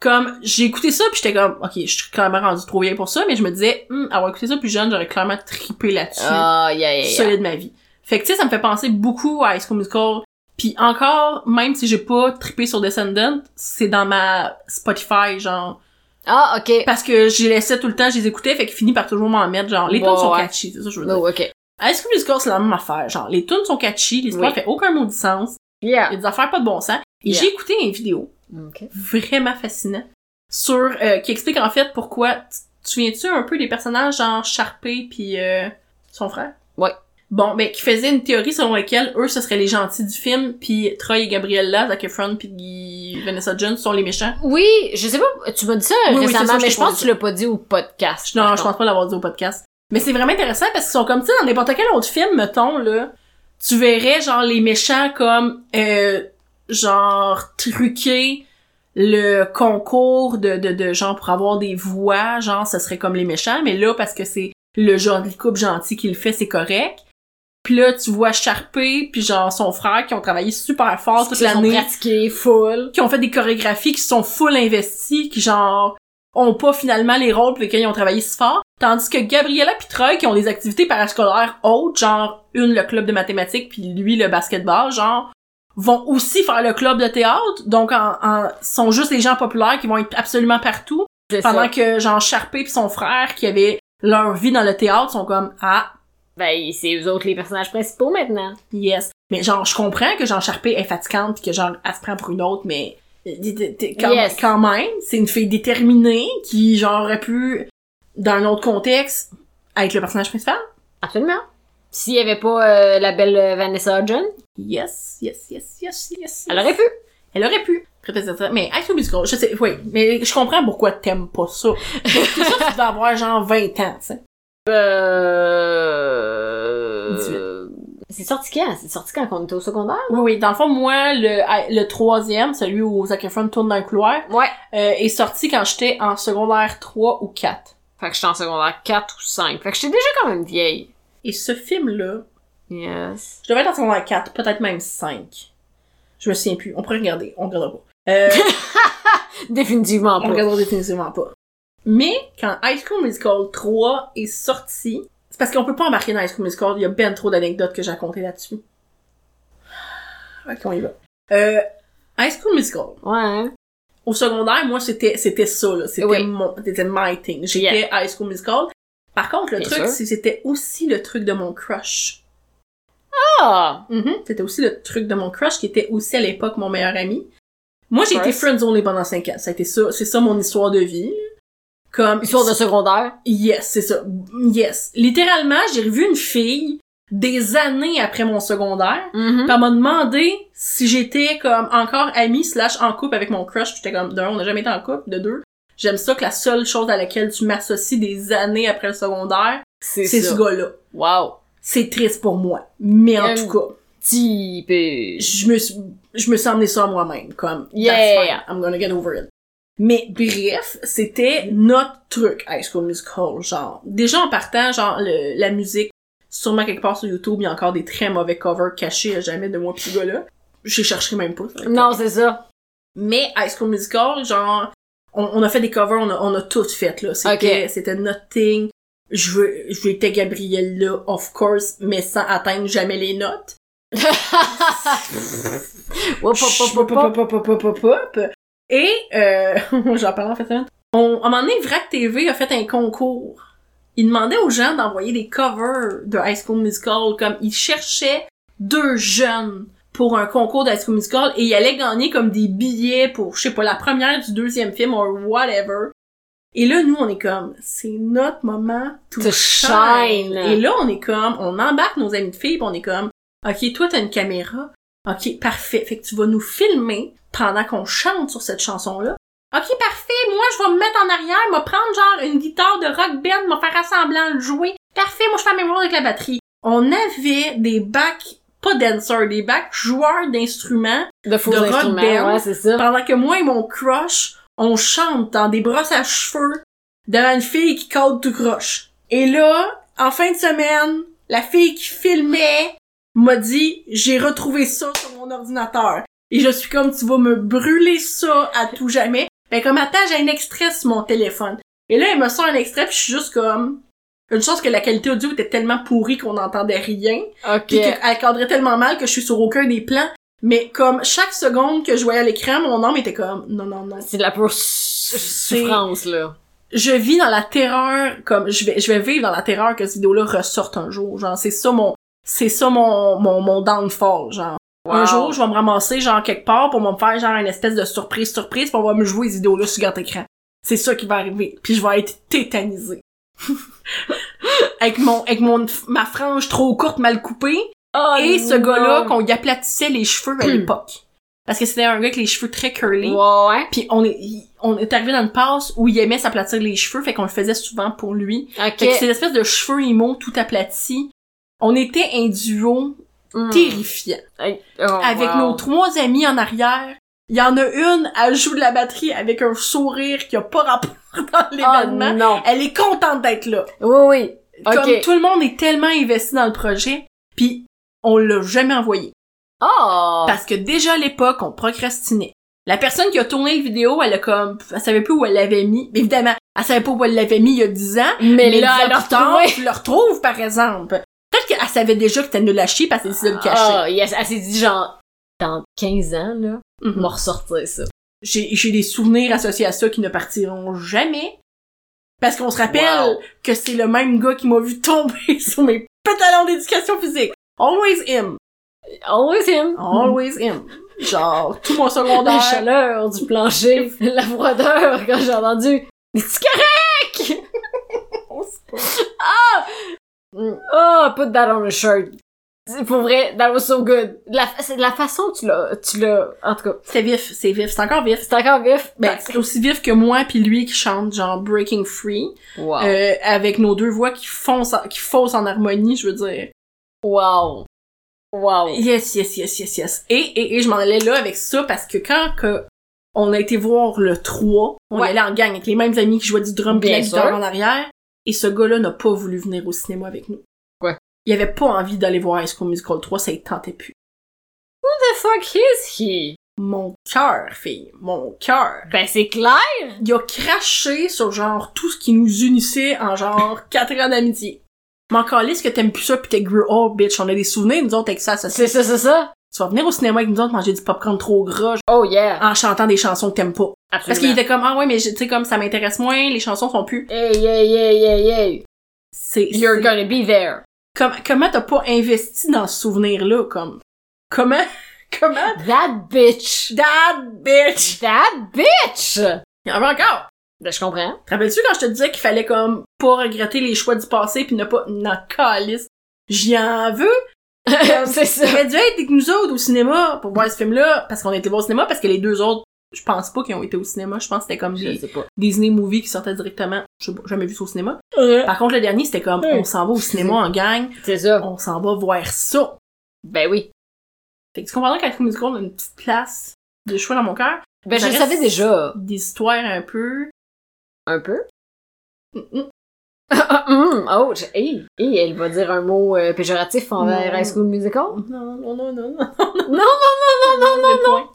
B: Comme, j'ai écouté ça puis j'étais comme, ok, je suis clairement rendu trop vieille pour ça, mais je me disais, hum, avoir écouté ça plus jeune, j'aurais clairement trippé là-dessus.
A: Ah, yeah, yeah, yeah.
B: Solide ma vie. Fait que tu sais, ça me fait penser beaucoup à High School Musical. Puis encore, même si j'ai pas trippé sur Descendant, c'est dans ma Spotify, genre,
A: Ah, ok.
B: parce que j'ai laissé tout le temps, je les écoutais, fait que finis par toujours m'en mettre, genre, les tunes
A: Ouais,
B: sont
A: ouais.
B: catchy, c'est ça que je veux dire.
A: Oh, ok.
B: High School Musical, c'est la même affaire, genre, les tunes sont catchy, l'histoire
A: Oui.
B: fait aucun mot de sens, il y
A: Yeah.
B: a des affaires pas de bon sens, Et
A: Yeah.
B: j'ai écouté une vidéo
A: Ok.
B: vraiment fascinant sur euh, qui explique en fait pourquoi tu tu souviens-tu un peu des personnages genre Sharpay puis euh, son frère
A: Ouais.
B: bon ben qui faisait une théorie selon laquelle eux ce seraient les gentils du film puis Troy et Gabriella Zac Efron puis Guy- Vanessa Jones sont les méchants
A: Oui, je sais pas, tu m'as dit ça
B: Oui, oui, c'est
A: récemment,
B: ça, je
A: mais
B: t'ai
A: je pense
B: posé
A: que tu l'as pas dit au podcast.
B: non
A: par
B: je
A: contre.
B: pense pas l'avoir dit au podcast mais c'est vraiment intéressant parce qu'ils sont comme tu sais dans n'importe quel autre film mettons là tu verrais genre les méchants comme euh, genre truquer le concours de, de, de genre pour avoir des voix, genre ce serait comme les méchants, mais là parce que c'est le genre de couple gentil qui le fait, c'est correct. Puis là tu vois Sharpay puis genre son frère qui ont travaillé super fort toute
A: Qui sont
B: l'année,
A: pratiqués full.
B: qui ont fait des chorégraphies qui sont full investies, qui genre ont pas finalement les rôles pour lesquels ils ont travaillé si fort. Tandis que Gabriella puis Troy qui ont des activités parascolaires autres, genre une le club de mathématiques puis lui le basketball, genre vont aussi faire le club de théâtre. Donc en, en- sont juste les gens populaires qui vont être absolument partout.
A: C'est
B: Pendant
A: ça.
B: que genre Sharpay puis son frère qui avaient leur vie dans le théâtre sont comme ah
A: Ben, c'est eux autres les personnages principaux maintenant.
B: Yes. Mais genre, je comprends que Jean Charpé est fatigante pis que genre, elle se prend pour une autre, mais euh, d- d- d- quand,
A: Yes.
B: quand même, c'est une fille déterminée qui, genre, aurait pu, dans un autre contexte, être le personnage principal.
A: Absolument. S'il y avait pas euh, la belle euh, Vanessa Hudgens,
B: Yes, yes, yes, yes, yes, yes.
A: elle aurait pu.
B: Elle aurait pu. Très, très, très, très. Mais High School Musical, je sais, oui, mais je comprends pourquoi t'aimes pas ça. C'est ça, tu dois avoir genre 20 ans, tu sais.
A: Euh... C'est sorti quand? C'est sorti quand on était au secondaire?
B: Oui, oui, dans le fond, moi, le, le troisième, celui où Zac Efron tourne dans le couloir,
A: Ouais.
B: euh, est sorti quand j'étais en secondaire 3 ou 4.
A: Fait que j'étais en secondaire 4 ou 5. Fait que j'étais déjà quand même vieille.
B: Et ce film-là,
A: Yes.
B: je devais être en secondaire 4, peut-être même 5. Je me souviens plus. On pourrait regarder. On regardera pas. Euh,
A: Définitivement
B: on
A: pas.
B: regardera définitivement pas. Mais quand High School Musical 3 est sorti, c'est parce qu'on peut pas embarquer dans High School Musical. Il y a ben trop d'anecdotes que j'ai racontées là-dessus. Ah, Ok, on y va. Euh, High School Musical.
A: Ouais. hein?
B: au secondaire, moi, c'était, c'était ça, là. C'était
A: Oui.
B: mon, c'était my thing. J'étais high school musical. Par contre, le
A: Bien
B: truc,
A: sûr.
B: c'est- c'était aussi le truc de mon crush.
A: Ah!
B: Mhm. C'était aussi le truc de mon crush qui était aussi à l'époque mon meilleur ami. Moi, j'ai
A: Crush.
B: été friendzonée pendant 5 ans. Ça a été ça, c'est ça mon histoire de vie. là. Comme,
A: Histoire de secondaire.
B: yes, c'est ça. Yes. Littéralement, j'ai revu une fille des années après mon secondaire.
A: Mhm.
B: Puis elle m'a demandé si j'étais comme encore amie slash en couple avec mon crush. Puis J'étais comme, d'un, on n'a jamais été en couple. De deux, j'aime ça que la seule chose à laquelle tu m'associes des années après le secondaire,
A: C'est
B: c'est ce
A: ça.
B: gars-là.
A: Wow.
B: C'est triste pour moi. Mais en
A: Euh,
B: tout cas,
A: Typique.
B: je me suis, je me suis emmenée ça à moi-même. Comme, that's fine,
A: Yeah.
B: I'm gonna get over it. Mais bref, c'était notre truc, High School Musical, genre. Déjà en partant, genre, le- la musique, sûrement quelque part sur YouTube, il y a encore des très mauvais covers cachés à jamais de moi pis ce gars-là. Je les chercherai même pas. ça.
A: Non, c'est ça.
B: Mais High School Musical, genre, on, on a fait des covers, on a, on a tout fait, là. C'était,
A: Ok.
B: c'était notre thing. Je veux, je étais Gabrielle là, of course, mais sans atteindre jamais les notes.
A: Wop, wop, wop, wop, wop.
B: Pop, pop, pop, pop, pop. Et, euh, j'en parle en fait, hein. on, à un moment donné, Vrac TV a fait un concours. Il demandait aux gens d'envoyer des covers de High School Musical, comme il cherchait deux jeunes pour un concours de High School Musical et il allait gagner comme des billets pour, je sais pas, la première du deuxième film or whatever. Et là, nous, on est comme, c'est notre moment to,
A: To shine.
B: Et là, on est comme, on embarque nos amis de filles, pis on est comme, ok, toi, t'as une caméra. Ok, parfait. Fait que tu vas nous filmer pendant qu'on chante sur cette chanson-là. Ok, parfait. Moi, je vais me mettre en arrière, me prendre genre une guitare de rock band, me faire à semblant le jouer. Parfait, moi, je fais la même chose avec la batterie. On avait des bacs, pas dancers, des bacs joueurs d'instruments
A: De faux
B: De rock
A: instruments.
B: band.
A: Ouais, c'est ça.
B: pendant que moi et mon crush, on chante dans des brosses à cheveux devant une fille qui code tout croche. Et là, en fin de semaine, la fille qui filmait m'a dit j'ai retrouvé ça sur mon ordinateur. Et je suis comme tu vas me brûler ça à tout jamais. Ben comme attends, j'ai un extrait sur mon téléphone. Et là, elle me sort un extrait puis je suis juste comme une chance que la qualité audio était tellement pourrie qu'on n'entendait rien
A: Ok.
B: puis qu'elle cadrait tellement mal que je suis sur aucun des plans. Mais comme chaque seconde que je voyais à l'écran, mon âme était comme non non non.
A: C'est de la pure sou- souffrance, là.
B: Je vis dans la terreur, comme je vais je vais vivre dans la terreur que cette vidéo-là ressorte un jour. Genre c'est ça mon c'est ça mon mon mon downfall. Genre Un jour, je vais me ramasser, genre, quelque part, pour me faire, genre, une espèce de surprise, surprise, pour on va me jouer ces vidéos-là sur grand écran. C'est ça qui va arriver. Puis je vais être tétanisée. avec mon, avec mon, ma frange trop courte, mal coupée.
A: Oh,
B: et ce
A: non.
B: gars-là qu'on y aplatissait les cheveux à
A: Hmm.
B: l'époque. Parce que c'était un gars avec les cheveux très curly.
A: Ouais, ouais.
B: Puis on est, il- on est arrivé dans une passe où il aimait s'aplatir les cheveux, fait qu'on le faisait souvent pour lui. Fait que
A: Ok.
B: c'est l'espèce de cheveux immonds tout aplatis. On était un duo
A: Hmm.
B: terrifiant.
A: Hey, oh,
B: Avec
A: wow.
B: nos trois amis en arrière, il y en a une, elle joue de la batterie avec un sourire qui a pas rapport dans
A: Oh
B: l'événement.
A: non.
B: Elle est contente d'être là.
A: Oui, oui. Ok.
B: Comme tout le monde est tellement investi dans le projet, puis on l'a jamais envoyé.
A: Oh.
B: Parce que déjà à l'époque, on procrastinait. La personne qui a tourné la vidéo, elle a comme, elle savait plus où elle l'avait mis. Mais Évidemment, elle savait pas où elle l'avait mis il y a 10 ans.
A: Mais,
B: Mais
A: là,
B: 10 ans
A: elle a
B: plus tard,
A: retrouvé.
B: tu le retrouves, par exemple. Peut-être qu'elle savait déjà que t'as de la chier parce qu'elle décidait de le cacher.
A: Ah, yes, elle s'est dit genre, dans 15 ans, là, on
B: Mhm.
A: va ressortir ça.
B: J'ai, j'ai des souvenirs associés à ça qui ne partiront jamais. Parce qu'on se rappelle
A: Wow.
B: que c'est le même gars qui m'a vu tomber sur mes pantalons d'éducation physique. Always him.
A: Always him.
B: Always him. Genre, tout mon
A: La
B: secondaire.
A: chaleur du plancher, la froideur, quand j'ai entendu. C'est correct! Oh, put that on a shirt. C'est Pour vrai, that was so good. La, c'est la façon que tu l'as, tu l'as, en tout cas.
B: C'est vif, c'est vif, c'est encore vif.
A: C'est encore vif.
B: Ben, c'est aussi vif que moi puis lui qui chante genre Breaking Free
A: wow.
B: euh, avec nos deux voix qui foncent en- qui foncent en harmonie, je veux dire.
A: wow. Wow.
B: Yes, yes, yes, yes, yes. Et et, et je m'en allais là avec ça parce que quand que on a été voir le 3, on
A: Ouais.
B: est allait en gang avec les mêmes amis qui jouaient du drum pis
A: Bien
B: la guitare
A: sûr.
B: en arrière et ce gars-là n'a pas voulu venir au cinéma avec nous.
A: Ouais.
B: Il avait pas envie d'aller voir High School Musical 3, ça il tentait plus.
A: the fuck is he?
B: Mon cœur, fille, mon cœur.
A: Ben, c'est clair.
B: il a craché sur genre tout ce qui nous unissait en genre quatre ans d'amitié. Mais encore là, est-ce que t'aimes plus ça pis t'es gros, oh bitch, on a des souvenirs, nous autres, avec ça, ça, ça.
A: C'est ça, c'est ça.
B: Tu vas venir au cinéma avec nous autres manger du popcorn trop gras
A: Oh yeah.
B: en chantant des chansons que t'aimes pas. Parce qu'il
A: Absolument.
B: était comme, ah ouais, mais je- tu sais, comme ça m'intéresse moins, les chansons sont plus.
A: Hey, hey, hey, hey, hey.
B: C'est.
A: You're
B: c'est-
A: gonna be there.
B: Comme- comment t'as pas investi dans ce souvenir-là, comme. Comment. Comment.
A: That bitch.
B: That bitch!
A: That bitch!
B: Il y en a encore!
A: Ben, je comprends.
B: Te rappelles-tu quand je te disais qu'il fallait comme pas regretter les choix du passé puis ne pas n'en calisse? J'y en veux.
A: c'est ça.
B: J'aurais dû être avec nous autres au cinéma pour voir ce film-là parce qu'on était voir au cinéma parce que les deux autres, je pense pas qu'ils ont été au cinéma. Je pense que c'était comme des
A: sais pas.
B: Disney movies qui sortaient directement. J'ai jamais vu ça au cinéma. Par contre, le dernier, c'était comme
A: Ouais.
B: on s'en va au cinéma en gang,
A: C'est ça.
B: on s'en va voir ça.
A: Ben oui.
B: Fait que tu comprends qu'à Film Musical, on a une petite place de choix dans mon cœur,
A: Ben, je
B: Ça
A: le
B: reste-
A: savais déjà.
B: des histoires un peu.
A: Un peu.
B: Mm, mm.
A: Ah, hum, oh, je- hey, hey, elle va dire un mot euh, péjoratif envers
B: Non.
A: High School Musical.
B: Non, non, non, non.
A: non, non, non, non, non, non.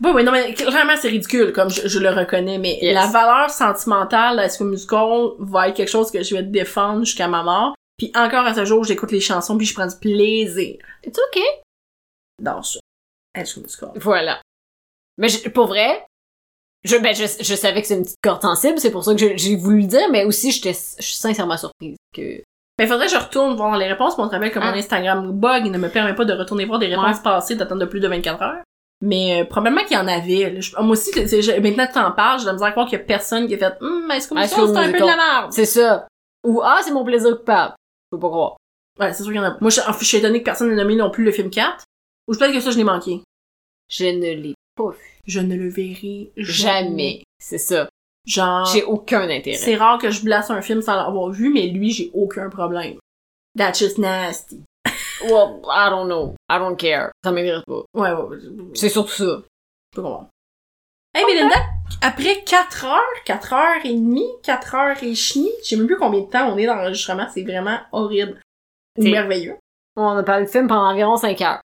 B: Bon, ouais, non, mais clairement, c'est ridicule, comme je, je le reconnais, mais
A: Yes.
B: la valeur sentimentale de ce musical va être quelque chose que je vais défendre jusqu'à ma mort. Puis encore à ce jour, j'écoute les chansons puis je prends du plaisir
A: It's ok.
B: dans ça. High School Musical.
A: Voilà. Mais je- pour vrai, je, ben, je, je savais que c'est une petite corde sensible, c'est pour ça que je- j'ai voulu le dire, mais aussi, j'étais je suis sincèrement surprise que...
B: Mais Ben, faudrait que je retourne voir les réponses, mais on te rappelle que mon
A: Ah.
B: Instagram bug il ne me permet pas de retourner voir des réponses passées d'attendre de plus de 24 heures. Mais euh, probablement qu'il y en avait. là. Je- ah, moi aussi, c'est- c'est- je- maintenant que t'en parles, j'ai de la misère à croire qu'il y a personne qui a fait Hum, High School
A: High
B: Musical,
A: School
B: c'est un peu de la
A: Musical.
B: merde!
A: C'est ça. Ou, ah, c'est mon plaisir coupable. Je peux pas croire.
B: Ouais, c'est sûr qu'il y en a. Moi, je, en fait, je suis étonnée que personne n'ait nommé non plus le film 4. Ou peut-être que ça, je l'ai manqué.
A: Je ne l'ai pas vu.
B: Je ne le verrai jamais.
A: Jamais. Ah. C'est ça.
B: Genre,
A: J'ai aucun intérêt.
B: c'est rare que je blasse un film sans l'avoir vu, mais lui, j'ai aucun problème. That's just nasty.
A: Well, I don't know. I don't care. Ça m'intéresse pas.
B: Ouais, ouais, ouais, je je-
A: C'est surtout ça.
B: je peux comprendre. Hey, Belinda, après 4 heures, 4 heures et demie, 4 heures et chini, je sais même plus combien de temps on est dans l'enregistrement, c'est vraiment horrible. Ou
A: C'est-
B: merveilleux.
A: On a parlé de film pendant environ 5 heures.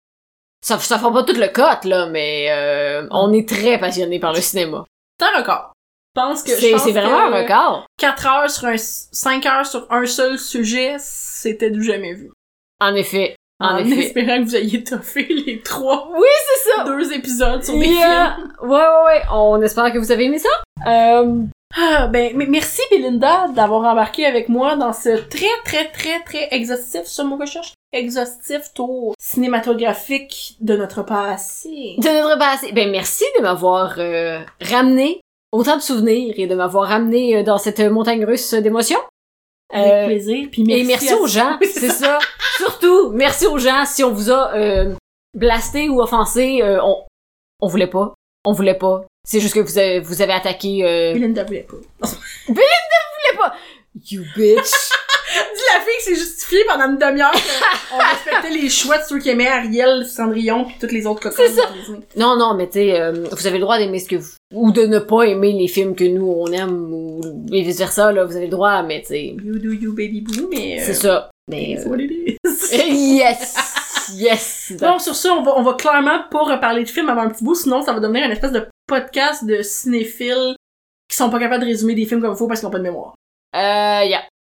A: Ça, ça fera pas tout le cut, là, mais euh, on est très passionné par le cinéma.
B: C'est un record. Je pense que je
A: C'est
B: pense
A: c'est vraiment
B: que
A: un record.
B: 4 heures sur un, 5 heures sur un seul sujet, c'était du jamais vu.
A: En effet. En
B: En,
A: effet.
B: espérant que vous ayez toffé les trois,
A: Oui, c'est ça!
B: deux épisodes sur des
A: Yeah.
B: films.
A: Ouais, ouais, ouais. On espère que vous avez aimé ça. Euh,
B: Ah, ben, mais merci Belinda d'avoir embarqué avec moi dans ce très, très, très, très exhaustif sur mon recherche. exhaustif, tour cinématographique de notre passé.
A: De notre passé. Ben merci de m'avoir euh, ramené autant de souvenirs et de m'avoir ramené euh, dans cette montagne russe d'émotions.
B: Avec
A: Euh,
B: plaisir. Puis
A: et
B: merci,
A: merci
B: à-
A: aux gens, c'est ça. Surtout, merci aux gens si on vous a euh, blasté ou offensé, euh, on on voulait pas, on voulait pas. C'est juste que vous avez, vous avez attaqué euh,
B: Belinda voulait pas.
A: you bitch.
B: Dis la fille qui s'est justifiée pendant une demi-heure que on respectait les choix de ceux qui aimaient Ariel, Cendrillon puis toutes les autres cocottes.
A: C'est ça. Non non, mais tu sais, euh, vous avez le droit d'aimer ce que vous ou de ne pas aimer les films que nous on aime ou et vice versa là, vous avez le droit, mais tu sais,
B: You do you baby boo, mais... euh,
A: c'est ça. Mais
B: it's
A: euh,
B: what it is.
A: yes, yes. Euh,
B: Bon, sur ça, on va, on va clairement pas reparler de film avant un petit bout, sinon ça va devenir une espèce de podcast de cinéphiles qui sont pas capables de résumer des films comme il faut parce qu'ils ont pas de mémoire.
A: Euh, yep,